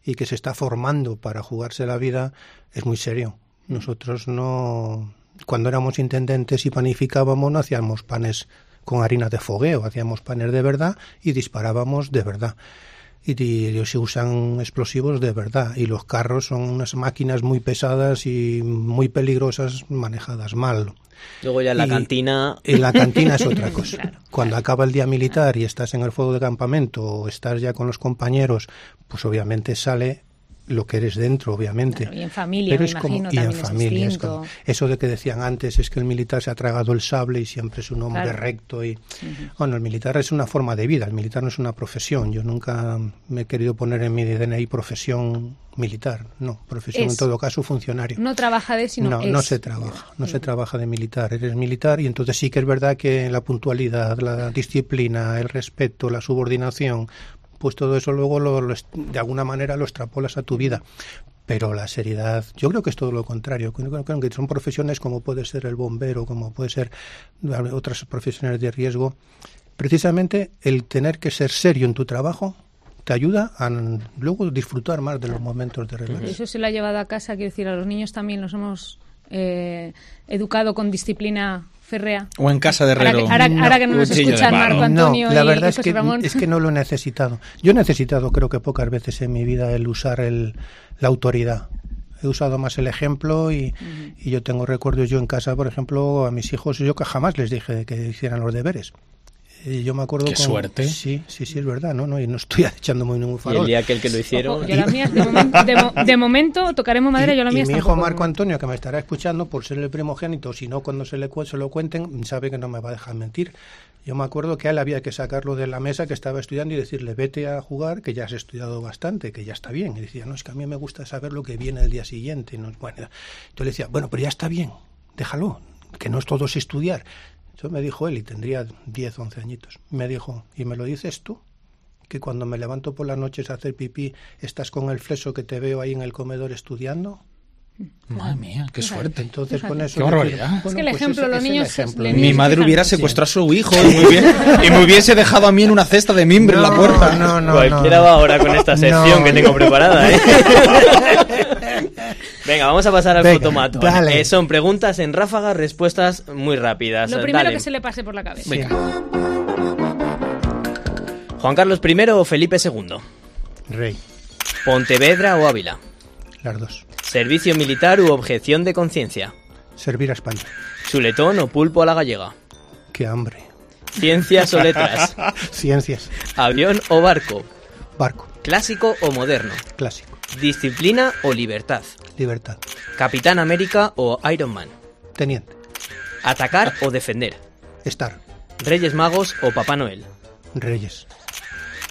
J: y que se está formando para jugarse la vida, es muy serio. Nosotros no, cuando éramos intendentes y panificábamos, no hacíamos panes con harina de fogueo, hacíamos panes de verdad y disparábamos de verdad y di- se usan explosivos de verdad y los carros son unas máquinas muy pesadas y muy peligrosas manejadas mal.
D: Luego ya en la
J: Y-
D: cantina.
J: En la cantina es otra cosa. Cuando acaba el día militar y estás en el fuego de campamento o estás ya con los compañeros, pues obviamente sale lo que eres dentro, obviamente.
C: Claro, y en familia, me imagino,
J: y en
C: también es
J: familia, es
C: distinto.
J: como- eso de que decían antes es que el militar se ha tragado el sable y siempre es un hombre
C: Claro.
J: recto y bueno, el militar es una forma de vida, el militar no es una profesión. Yo nunca me he querido poner en mi DNI profesión militar, no, profesión
C: Es.
J: en todo caso funcionario.
C: No trabaja de, sino
J: No,
C: es.
J: no se trabaja, no se trabaja de militar, eres militar y entonces sí que es verdad que la puntualidad, la disciplina, el respeto, la subordinación, pues todo eso luego lo, lo es- de alguna manera lo extrapolas a tu vida. Pero la seriedad, yo creo que es todo lo contrario. Creo, creo- creo que son profesiones como puede ser el bombero, como puede ser otras profesiones de riesgo. Precisamente el tener que ser serio en tu trabajo te ayuda a mm, luego disfrutar más de los momentos de relax.
C: Eso se lo ha llevado a casa, quiero decir, a los niños también los hemos eh, educado con disciplina Ferrea.
B: O en casa de
C: Ahora que-
B: Herrero.
C: ahora- ahora que no nos
B: Cuchillo de
C: escuchan,
B: palo.
C: Marco Antonio
J: no, la
C: y
J: verdad es
C: José
J: que,
C: Ramón. *laughs*
J: es que no lo he necesitado. Yo he necesitado, creo que pocas veces en mi vida, el usar el, la autoridad. He usado más el ejemplo y, y yo tengo recuerdos. Yo en casa, por ejemplo, a mis hijos, yo que jamás les dije que hicieran los deberes. Eh, Yo me acuerdo
B: Qué
J: con-
B: suerte.
J: Sí, sí, sí, es verdad, ¿no? no y no estoy *laughs* echando muy ningún
D: Y
J: farol.
D: el día aquel que lo hicieron.
C: Yo las mías, de, momen- de mo- de momento, tocaremos madera, yo las
J: y
C: mías
J: mi
C: tampoco.
J: hijo Marco Antonio, que me estará escuchando por ser el primogénito, si no, cuando se, le, cu- se lo cuenten, sabe que no me va a dejar mentir. Yo me acuerdo que a él había que sacarlo de la mesa que estaba estudiando y decirle, vete a jugar, que ya has estudiado bastante, que ya está bien. Y decía, no, es que a mí me gusta saber lo que viene el día siguiente. y No, bueno, yo le decía, bueno, pero ya está bien, déjalo, que no es todo es estudiar. Eso me dijo él y tendría 10, 11 añitos. Me dijo, ¿y me lo dices tú? Que cuando me levanto por las noches a hacer pipí, estás con el fleso que te veo ahí en el comedor estudiando.
B: Madre mía, qué suerte.
J: Entonces con eso...
B: Qué barbaridad.
J: bueno,
C: Es que el
J: pues
C: ejemplo,
J: ese-
C: los
J: ese es el
C: niños
J: ejemplo.
C: le-
B: Mi madre hubiera
C: Sí.
B: secuestrado a su hijo y me, hubiera, y me hubiese dejado a mí en una cesta de mimbre en la puerta.
J: No, no,
D: Cualquiera
J: no.
D: va ahora con esta sección
J: No.
D: que tengo preparada,
J: *laughs*
D: ¿eh? Venga, vamos a pasar al
J: Venga,
D: fotomato.
J: vale.
D: Eh, son preguntas en ráfaga, respuestas muy rápidas.
C: Lo primero
D: Dale.
C: que se le pase por la cabeza.
B: Venga.
D: Juan Carlos I o Felipe II.
J: Rey,
D: Pontevedra o Ávila.
J: las dos.
D: Servicio militar u objeción de conciencia.
J: Servir a España.
D: Chuletón o pulpo a la gallega.
J: Qué hambre.
D: Ciencias o letras.
J: Ciencias.
D: Avión o barco.
J: Barco.
D: Clásico o moderno.
J: Clásico.
D: Disciplina o libertad.
J: Libertad.
D: Capitán América o Iron Man.
J: Teniente.
D: Atacar o defender.
J: Estar.
D: Reyes Magos o Papá Noel.
J: Reyes.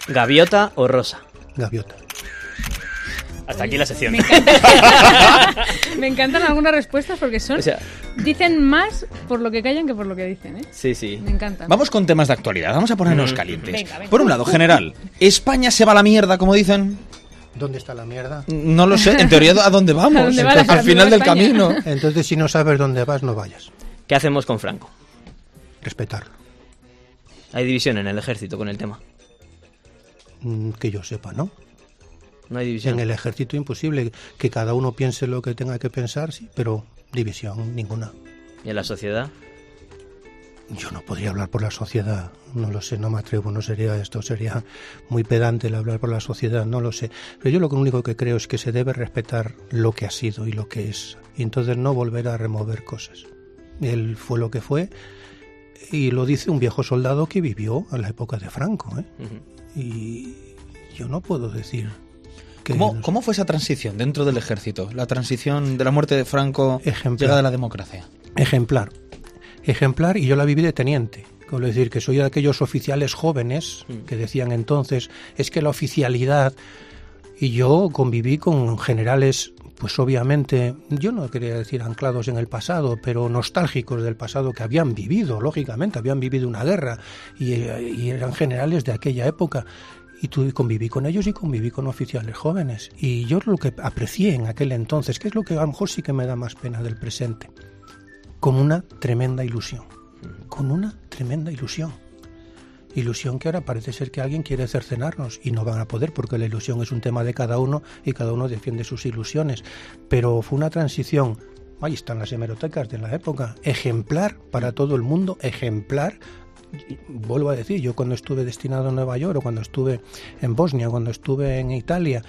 D: Gaviota o Rosa.
J: Gaviota.
D: Hasta aquí la sección.
C: Me encantan algunas respuestas porque son.
D: *laughs* O sea-
C: dicen más por lo que callan que por lo que dicen, ¿eh?
D: Sí, sí.
C: Me encanta.
B: Vamos con temas de actualidad, vamos a ponernos calientes.
C: Mm. Venga, venga.
B: Por un lado, general, ¿España se va a la mierda, como dicen?
J: ¿Dónde está
C: *laughs*
J: la mierda?
B: No lo sé, en teoría, ¿a dónde vamos?
C: ¿A dónde va la-
B: Entonces,
C: a
B: al
C: dónde
B: final
C: va
B: del
C: España?
B: camino.
C: *laughs*
J: Entonces, si no sabes dónde vas, no vayas.
D: ¿Qué hacemos con Franco?
J: Respetarlo.
D: Hay división en el ejército con el tema.
J: Mm, Que yo sepa, ¿no?
D: No hay división.
J: En el ejército imposible. Que cada uno piense lo que tenga que pensar, sí, pero división ninguna.
D: ¿Y en la sociedad?
J: Yo no podría hablar por la sociedad, no lo sé, no me atrevo, no sería esto, sería muy pedante el hablar por la sociedad, no lo sé. Pero yo lo único que creo es que se debe respetar lo que ha sido y lo que es, y entonces no volver a remover cosas. Él fue lo que fue, y lo dice un viejo soldado que vivió a la época de Franco, ¿eh? Y yo no puedo decir que...
B: ¿Cómo, cómo fue esa transición dentro del ejército? La transición de la muerte de Franco,
J: Ejemplar.
B: llegada a la democracia.
J: Ejemplar. Ejemplar y yo la viví de teniente. Quiero decir que soy de aquellos oficiales jóvenes que decían entonces, es que la oficialidad... Y yo conviví con generales, pues obviamente, yo no quería decir anclados en el pasado, pero nostálgicos del pasado que habían vivido, lógicamente, habían vivido una guerra y, eh, y eran generales de aquella época. Y tú conviví con ellos y conviví con oficiales jóvenes. Y yo lo que aprecié en aquel entonces, que es lo que a lo mejor sí que me da más pena del presente, con una tremenda ilusión. Con una tremenda ilusión. Ilusión que ahora parece ser que alguien quiere cercenarnos y no van a poder porque la ilusión es un tema de cada uno y cada uno defiende sus ilusiones. Pero fue una transición, ahí están las hemerotecas de la época, ejemplar para todo el mundo, ejemplar. Y- y Vuelvo a decir, yo cuando estuve destinado a Nueva York o cuando estuve en Bosnia, cuando estuve en Italia,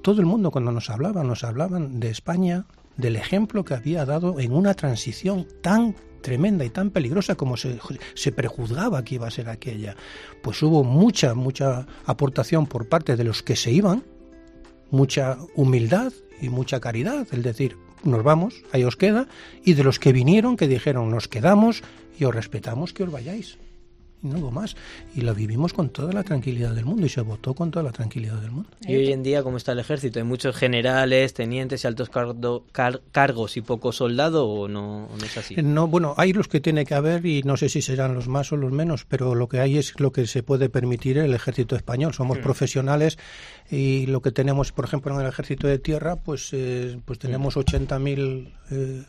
J: todo el mundo cuando nos hablaban, nos hablaban de España, del ejemplo que había dado en una transición tan tremenda y tan peligrosa como se, se prejuzgaba que iba a ser aquella. Pues hubo mucha, mucha aportación por parte de los que se iban, mucha humildad y mucha caridad, es decir, nos vamos, ahí os queda, y de los que vinieron que dijeron, nos quedamos y os respetamos que os vayáis. Y no hubo más. Y lo vivimos con toda la tranquilidad del mundo y se votó con toda la tranquilidad del mundo.
D: Y hoy en día, ¿cómo está el ejército? ¿Hay muchos generales, tenientes y altos cardo- car- cargos y poco soldado o no, o no es así?
J: No, bueno, hay los que tiene que haber y no sé si serán los más o los menos, pero lo que hay es lo que se puede permitir el ejército español. Somos profesionales y lo que tenemos, por ejemplo, en el ejército de tierra, pues, eh, pues tenemos 80.000 eh,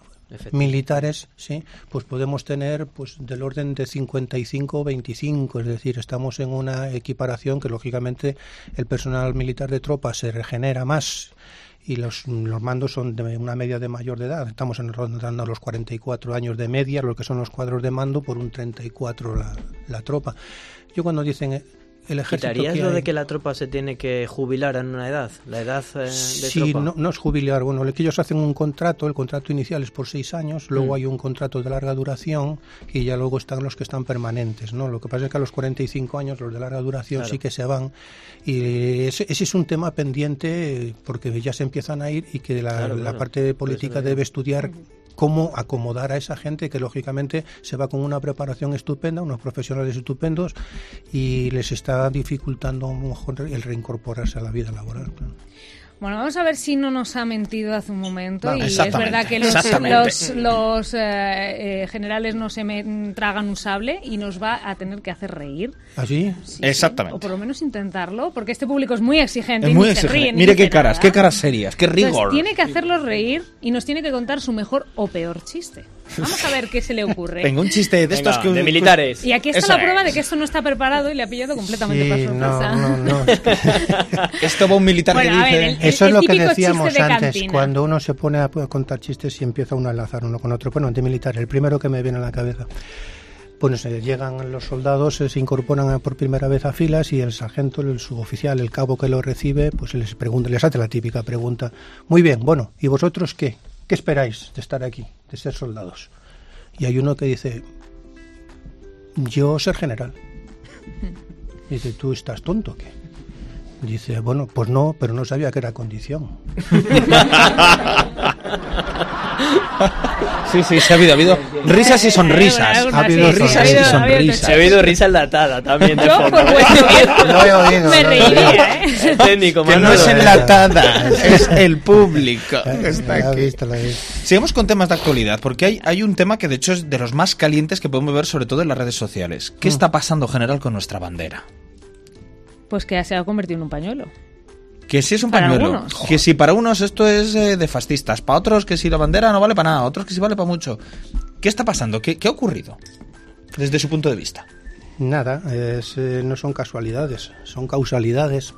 J: militares, sí, pues podemos tener pues del orden de 55 o 25, es decir, estamos en una equiparación que lógicamente el personal militar de tropa se regenera más y los, los mandos son de una media de mayor de edad. Estamos en rondando los 44 años de media, lo que son los cuadros de mando por un 34 la, la tropa. Yo cuando dicen eh, el ejército...
D: ¿Quitarías
J: que
D: lo
J: hay-
D: de que la tropa se tiene que jubilar a una edad? ¿La edad eh, de
J: Sí,
D: tropa?
J: no, no es jubilar. Bueno, lo que ellos hacen un contrato, el contrato inicial es por seis años, luego
D: Mm.
J: hay un contrato de larga duración y ya luego están los que están permanentes, ¿no? Lo que pasa es que a los 45 años los de larga duración
D: Claro.
J: sí que se van y ese, ese es un tema pendiente eh, porque ya se empiezan a ir y que la,
D: Claro,
J: la
D: claro.
J: parte política
D: digo.
J: debe estudiar cómo acomodar a esa gente que lógicamente se va con una preparación estupenda, unos profesionales estupendos y les está dificultando a lo mejor el reincorporarse a la vida laboral. claro.
C: Bueno, vamos a ver si no nos ha mentido hace un momento.
J: Vamos.
C: y es
J: Exactamente,
C: verdad que los,
J: exactamente.
C: los- los, eh, eh, generales no se me- tragan un sable y nos va a tener que hacer reír.
J: ¿Así?
B: Exactamente.
C: O por lo menos intentarlo, porque este público es muy exigente.
B: Es
C: y
B: muy
C: ni se
B: exigente.
C: ríe, ni
B: Mire
C: dice
B: qué caras,
C: nada.
B: qué caras serias, qué
C: Entonces,
B: rigor.
C: tiene que hacerlos reír y nos tiene que contar su mejor o peor chiste. Vamos a ver qué se
B: *laughs*
C: le ocurre.
B: Tengo un chiste de estos que...
D: de militares.
C: Y aquí está
B: Eso
C: la prueba
B: es.
C: de que esto no está preparado y le ha pillado completamente
J: Sí,
C: por
J: no,
C: sorpresa.
J: no, no.
B: *laughs* Esto va un militar
C: Bueno, a
B: que
C: ver,
B: dice...
C: el-
J: Eso es lo que
C: típico chiste
J: decíamos
C: de
J: antes,
C: cantina.
J: cuando uno se pone a pues, contar chistes y empieza uno a enlazar uno con otro. Bueno, antimilitar, el primero que me viene a la cabeza. Bueno, se llegan los soldados, eh, se incorporan por primera vez a filas y el sargento, el suboficial, el cabo que lo recibe, pues les pregunta, les hace la típica pregunta. Muy bien, bueno, ¿y vosotros qué? ¿Qué esperáis de estar aquí, de ser soldados? Y hay uno que dice, yo
C: *laughs*
J: ser general. Dice, ¿tú estás tonto o qué? Dice, bueno, pues no, pero no sabía que era condición.
B: Sí, sí, se ha habido, ha
C: *laughs*
B: habido risas y sonrisas.
C: alguna, Ha habido sí.
B: risas
C: Ha
B: y
C: habido- ha habido
B: sonrisas.
D: Se ha oído risa enlatada
B: *laughs*
D: también.
C: *laughs*
D: de
C: Yo,
D: fondo.
C: por vuestro bien,
J: No he oído,
C: me
J: no he oído.
C: reiría, ¿eh?
D: El técnico,
B: Que no
D: Manolo. eh.
B: es enlatada, es el
C: *laughs*
B: público que *laughs* está
J: La he
B: aquí.
J: visto, la he visto.
B: Sigamos con temas de actualidad, porque hay, hay un tema que de hecho es de los más calientes que podemos ver, sobre todo en las redes sociales. ¿Qué
C: Mm.
B: está pasando general con nuestra bandera?
C: Pues que se ha convertido en un pañuelo.
B: Que si es un
C: Para
B: pañuelo,
C: algunos.
B: que si para unos esto es eh, de fascistas, para otros que si la bandera no vale para nada, otros que si vale para mucho. ¿Qué está pasando? ¿Qué, qué ha ocurrido? Desde su punto de vista.
J: Nada, es, eh, no son casualidades, son causalidades.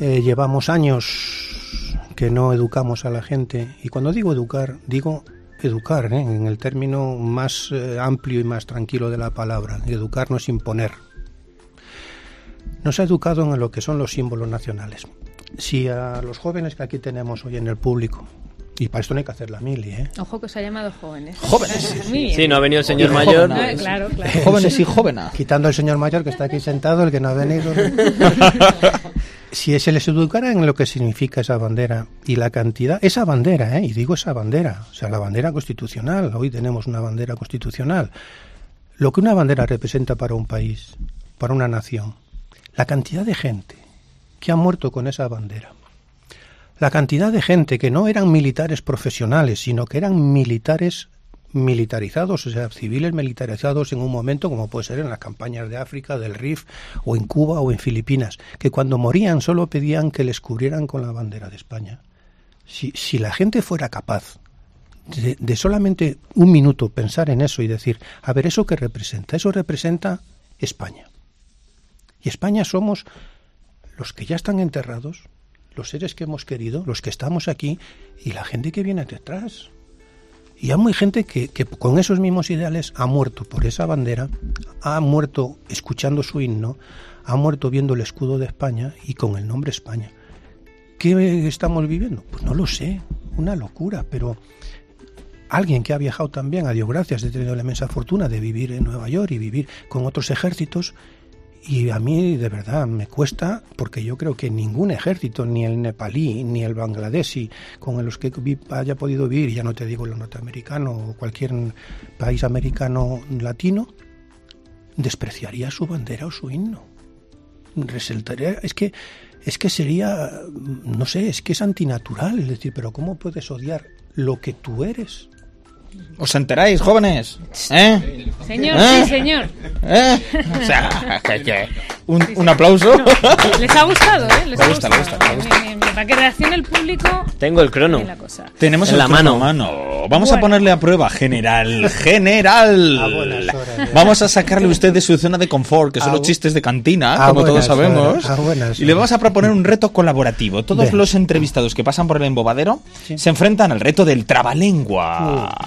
J: Eh, llevamos años que no educamos a la gente. Y cuando digo educar, digo educar, ¿eh? en el término más eh, amplio y más tranquilo de la palabra. Educar no es imponer. Nos ha educado en lo que son los símbolos nacionales. Si a los jóvenes que aquí tenemos hoy en el público, y para esto no hay que hacer la mili, ¿eh?
C: Ojo que os ha llamado jóvenes.
B: Jóvenes.
C: Muy bien.
D: Sí, no ha venido el señor
B: Ojo,
D: mayor.
B: no,
C: Ah, claro,
B: *laughs*
C: claro.
B: Jóvenes y jóvenes.
J: quitando al señor mayor que está aquí sentado, el que no ha venido. si se les educara en lo que significa esa bandera y la cantidad, esa bandera, ¿eh? y digo esa bandera, o sea, la bandera constitucional, hoy tenemos una bandera constitucional, lo que una bandera representa para un país, para una nación, la cantidad de gente que ha muerto con esa bandera, la cantidad de gente que no eran militares profesionales, sino que eran militares militarizados, o sea, civiles militarizados en un momento como puede ser en las campañas de África, del RIF, o en Cuba o en Filipinas, que cuando morían solo pedían que les cubrieran con la bandera de España. Si, si la gente fuera capaz de, de solamente un minuto pensar en eso y decir, a ver, ¿eso qué representa? Eso representa España. Y España somos los que ya están enterrados, los seres que hemos querido, los que estamos aquí y la gente que viene detrás. Y hay muy gente que, que con esos mismos ideales ha muerto por esa bandera, ha muerto escuchando su himno, ha muerto viendo el escudo de España y con el nombre España. ¿Qué estamos viviendo? Pues no lo sé, una locura, pero alguien que ha viajado también, a Dios gracias, he tenido la inmensa fortuna de vivir en Nueva York y vivir con otros ejércitos, y a mí de verdad me cuesta porque yo creo que ningún ejército, ni el nepalí, ni el bangladesí, con los que vi- haya podido vivir, ya no te digo el norteamericano o cualquier país americano latino, despreciaría su bandera o su himno. Resaltaría, es que es que sería, no sé, es que es antinatural, es decir, pero ¿cómo puedes odiar lo que tú eres?
B: ¿Os enteráis, jóvenes? ¿Eh?
C: Señor,
B: ¿Eh?
C: sí, señor. *laughs*
B: ¿Eh? O sea, que- que- un, un aplauso.
C: Les ha gustado, ¿eh? Les
B: Me
C: ha
B: gusta,
C: gustado.
B: me gusta, me
C: Bien, bien, bien. Para que reaccione el público
D: Tengo el crono.
C: en la cosa.
B: Tenemos
D: En
B: el
D: la
B: freno
D: mano.
B: a mano. Vamos a ponerle a prueba,
J: *laughs*
B: general, general.
J: A buenas horas, ya.
B: Vamos a sacarle a usted de su zona de confort, que son
J: A
B: los
J: bu-
B: chistes de cantina,
J: a
B: como todos
J: buenas
B: sabemos.
J: horas, a buenas
B: Y le vamos a proponer un reto colaborativo. Todos
J: Bien.
B: los entrevistados que pasan por el embobadero se enfrentan al reto del trabalenguas.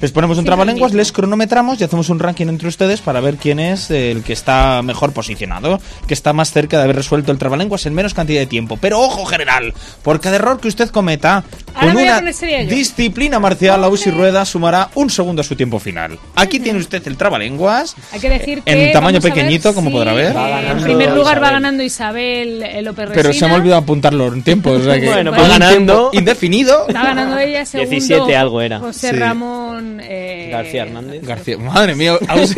B: Les ponemos un trabalenguas, les cronometramos y hacemos un ranking entre ustedes para ver quién es el que está mejor posicionado, que está más cerca de haber resuelto el trabalenguas en menos cantidad de tiempo. Pero ojo, general, por cada error que usted cometa,
C: Ahora
B: con
C: me voy a
B: una
C: poner seria yo.
B: disciplina marcial, la UCI Rueda sumará un segundo a su tiempo final. Aquí tiene usted el trabalenguas.
C: Hay que decir que.
B: En tamaño
C: vamos a ver
B: pequeñito, como
C: si,
B: podrá ver.
C: eh,
B: Va
C: en
B: ganando
C: primer lugar va
B: Isabel.
C: ganando Isabel eh, López Resina.
B: Pero se me ha olvidado apuntarlo en tiempo. O
C: *laughs*
B: sea que
D: Bueno,
B: con
D: pues
B: un
D: ganando.
B: tiempo indefinido.
C: Va ganando
B: *laughs*
C: ella, segundo.
D: 17 algo era.
C: José
B: Sí.
C: Ramón. eh,
D: García Hernández.
B: García, madre mía, Ausi,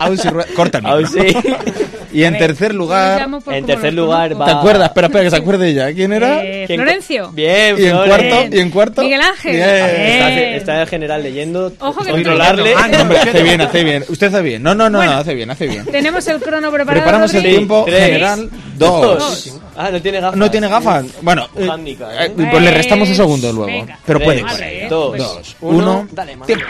B: Ausi Rueda- corta el micro.
D: Ausi.
B: Y en
C: A ver,
B: tercer
C: yo los
B: lugar,
C: llamo por
D: En
C: cómo
D: tercer
C: los
D: lugar
C: conozco.
B: ¿te
D: va-
B: acuerdas? Espera, espera, que se acuerde ella. ¿Quién era?
C: Eh,
D: ¿Quién-
C: Florencio.
D: Bien,
B: Y en
D: Flores.
B: cuarto, y en cuarto.
C: Miguel Ángel.
B: Bien.
C: Bien.
D: Está, está el general leyendo.
C: Ojo que no
D: controlarle.
C: te-
B: Ah, no,
D: *laughs*
B: hombre, hace bien, hace bien. Usted hace bien. No, no, no,
C: Bueno.
B: no, hace bien, hace bien.
C: Tenemos el crono preparado.
B: Preparamos el
C: Rodri.
B: tiempo
D: Tres,
B: general 2.
C: dos.
D: Ah, no tiene gafas.
B: No tiene gafas. Bueno, eh,
D: Handicap,
B: eh,
D: ¿eh?
B: pues le restamos un segundo
C: Tres,
B: luego.
C: venga.
B: Pero puede
D: Tres,
B: con
C: ¿eh?
B: ella.
D: dos,
C: Pues-
B: dos,
D: uno.
B: uno.
D: Dale, mano.
B: Tiempo.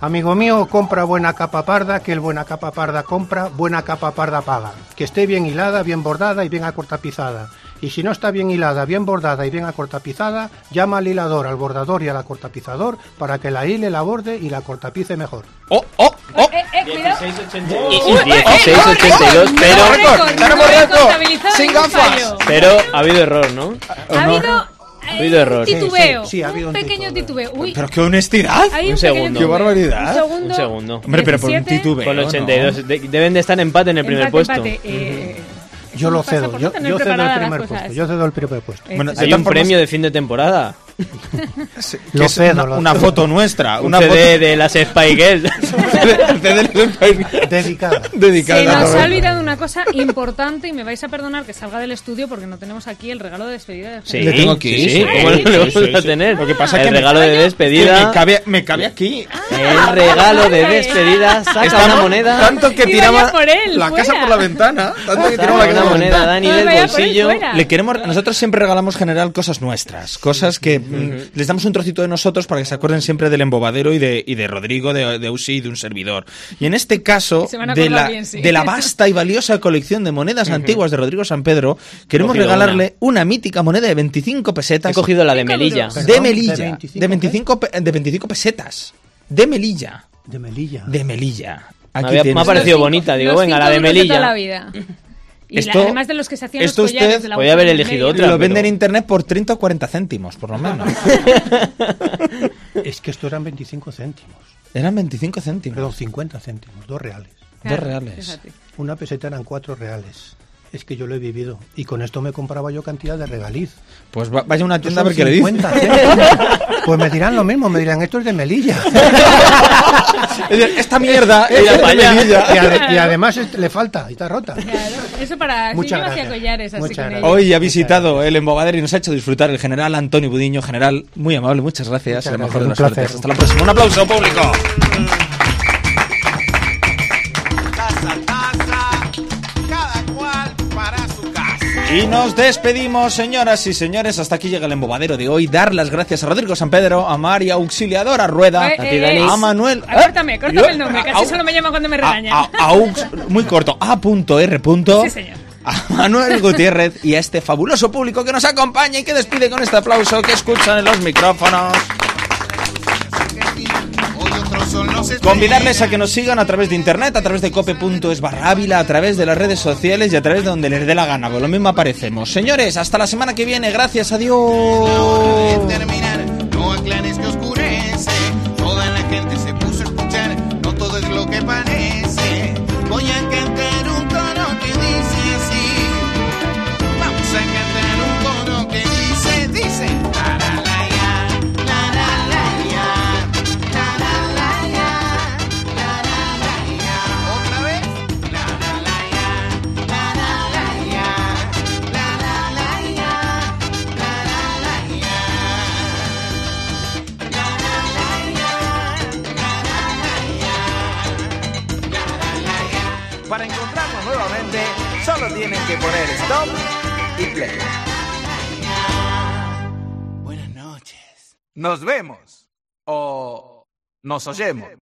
J: Amigo mío, compra buena capa parda, que el buena capa parda compra, buena capa parda paga. Que esté bien hilada, bien bordada y bien acortapizada. Y si no está bien hilada, bien bordada y bien acortapizada, llama al hilador, al bordador y al acortapizador para que la hile, la borde y la acortapice mejor.
B: Oh, oh, oh.
C: Eh, eh, cuidado.
B: eh,
C: eh,
D: 1682, pero,
C: récord,
B: tenemos
C: no
B: récord.
C: contabilizado
B: Sin
C: ningún
B: gafas.
C: fallo.
D: pero ha habido error, ¿no?
C: Ha habido, eh,
D: habido error.
C: un
D: Sí,
C: titubeo.
J: sí, sí, ha habido
C: un
J: un
C: pequeño
J: titubeo.
C: titubeo. Uy,
B: Pero qué honestidad.
C: hay un,
D: un
C: pequeño
D: segundo.
C: titubeo.
B: Qué barbaridad.
C: Un segundo.
D: Un segundo.
B: Hombre, pero por un
C: 17.
B: titubeo.
D: Con
B: ¿no?
D: 82. De- deben de estar empate en el primer
C: Empate,
D: puesto.
C: empate. Eh,
J: Yo
C: me
J: lo
C: pasa
J: cedo,
C: por no
J: yo,
C: tener
J: yo cedo el
C: preparadas las
J: primer
C: cosas.
J: puesto, yo cedo el primer puesto.
B: Bueno,
D: Hay
B: de todas
D: un
B: formas,
D: premio de fin de temporada.
B: que
J: Lo
B: es
J: cedo,
B: una,
J: lo
B: una
J: cedo.
B: foto nuestra.
D: Un
B: Una foto
D: CD de las Spy Girls.
B: *laughs* El CD del país
J: Dedicada.
B: dedicada
C: Se
B: a la
C: nos ha
B: novela.
C: olvidado una cosa importante y me vais a perdonar que salga del estudio porque no tenemos aquí el regalo de despedida de
D: Sí,
B: Le tengo que
D: sí,
B: ir,
D: sí,
B: sí.
D: ¿Cómo no
B: Sí,
D: le
B: sí,
D: vamos a
B: sí.
D: tener?
B: Lo que pasa es
D: el
B: que me-
D: regalo de despedida.
B: Me cabe, me cabe aquí.
D: El regalo de despedida. Saca una
B: Estamos-
D: moneda.
B: Tanto que
C: Iba
B: tiraba
C: ya por él,
B: la
C: fuera.
B: casa por la ventana. Tanto que tiraba la
D: Saca
B: casa
D: una
B: por la
D: moneda,
B: ventana.
D: Dani,
C: No,
D: del
C: vaya por él
D: bolsillo.
C: fuera.
B: Le queremos, nosotros siempre regalamos general cosas nuestras, cosas que mm, les damos un trocito de nosotros para que se acuerden siempre del embobadero y de, y de Rodrigo, de, de Usi y de un servidor. Y en este caso,
C: Se van a
B: de
C: acordar
B: la,
C: bien, sí.
B: de la vasta y valiosa colección de monedas antiguas de Rodrigo San Pedro, queremos
D: Cogido
B: regalarle una. mítica moneda de 25
D: He
B: pesetas
D: cogido la de
C: Cinco
D: Melilla.
C: duros.
B: de
J: Perdón,
B: Melilla,
J: ¿de
B: de
J: 25
B: 25,
J: qué?
B: pe- de 25 pesetas, de Melilla,
J: *laughs* De Melilla.
B: de Melilla.
D: Ah,
B: Aquí
D: Me, había- me
B: tienes.
D: ha
C: Los
D: parecido
C: cinco-
D: bonita. Digo,
C: los
D: venga,
C: cinco
D: la de
C: euros toda
D: Melilla.
C: la vida. Y la-
B: Esto-
C: además de los que se hacían
B: esto
C: los collares
B: usted
C: de la
D: podía haber
C: aguja en
D: elegido
C: medio.
D: otra.
B: Lo venden
D: pero-
B: en internet por 30 o 40 céntimos, por lo
D: *laughs*
B: menos.
J: *laughs* Es que esto eran 25 céntimos.
B: Eran 25 céntimos.
J: Perdón, 50 céntimos, dos reales.
B: Dos
C: Claro,
B: reales.
C: fíjate.
J: Una peseta eran cuatro reales. Es que yo lo he vivido. Y con esto me compraba yo cantidad de regaliz.
B: Pues va- vaya a una
J: Estos
B: tienda a ver
J: son
B: qué le dice.
J: 50 céntimos. *laughs* Pues me dirán lo mismo, me dirán esto es de
B: *laughs*
J: Melilla. *laughs*
B: Es decir, Esta mierda
D: Era
B: era de
D: para allá.
J: Y,
B: Melilla.
J: ade- y además es- le falta, y está rota.
C: Claro, eso para Muchas
J: Muchas gracias.
C: collares, así
J: Muchas
C: con
J: gracias.
C: ello.
B: Hoy ha visitado el embobadero y nos ha hecho disfrutar el general Antonio Budiño, general muy amable, muchas gracias.
J: Muchas
B: la mejor de
J: gracias, un
B: las
J: placer.
B: suertes. Hasta la próxima. Un aplauso público.
L: Taza, taza, cada cual para su casa.
B: Y nos despedimos, señoras y señores. Hasta aquí llega el embobadero de hoy. Dar las gracias a Rodrigo San Pedro, a María Auxiliadora Rueda,
C: Eh, eh, eh,
B: a Manuel.
C: ah, córtame,
B: ¿Eh?
C: córtame el
B: Yo- ah,
C: nombre,
B: au-
C: casi solo me llama cuando me
B: a-
C: regaña.
B: a- aux- muy corto, A.R.
C: Sí, señor.
B: A Manuel Gutiérrez y a este fabuloso público que nos acompaña y que despide con este aplauso que escuchan en los micrófonos.
L: Hoy otros son los
B: Convidarles a que nos sigan a través de internet, a través de cope.es barra Ávila, a través de las redes sociales y a través de donde les dé la gana. Por lo mismo aparecemos. Señores, hasta la semana que viene. Gracias, adiós.
L: de terminar, no aclares que oscurece. Toda la gente se puso a escuchar, no todo es lo que parece. Voy a cantar un coro que dice así. Vamos a cantar un coro que dice, dice. La la la ya, la la la ya, la la la ya, la la la ya. Otra vez. La la la ya, la la la ya, la la la ya, la la la ya. La la la ya, la la la ya, la la la ya. Para encontrarnos nuevamente, solo tienen que poner stop y play. Buenas noches. Nos vemos.
J: o nos oyemos.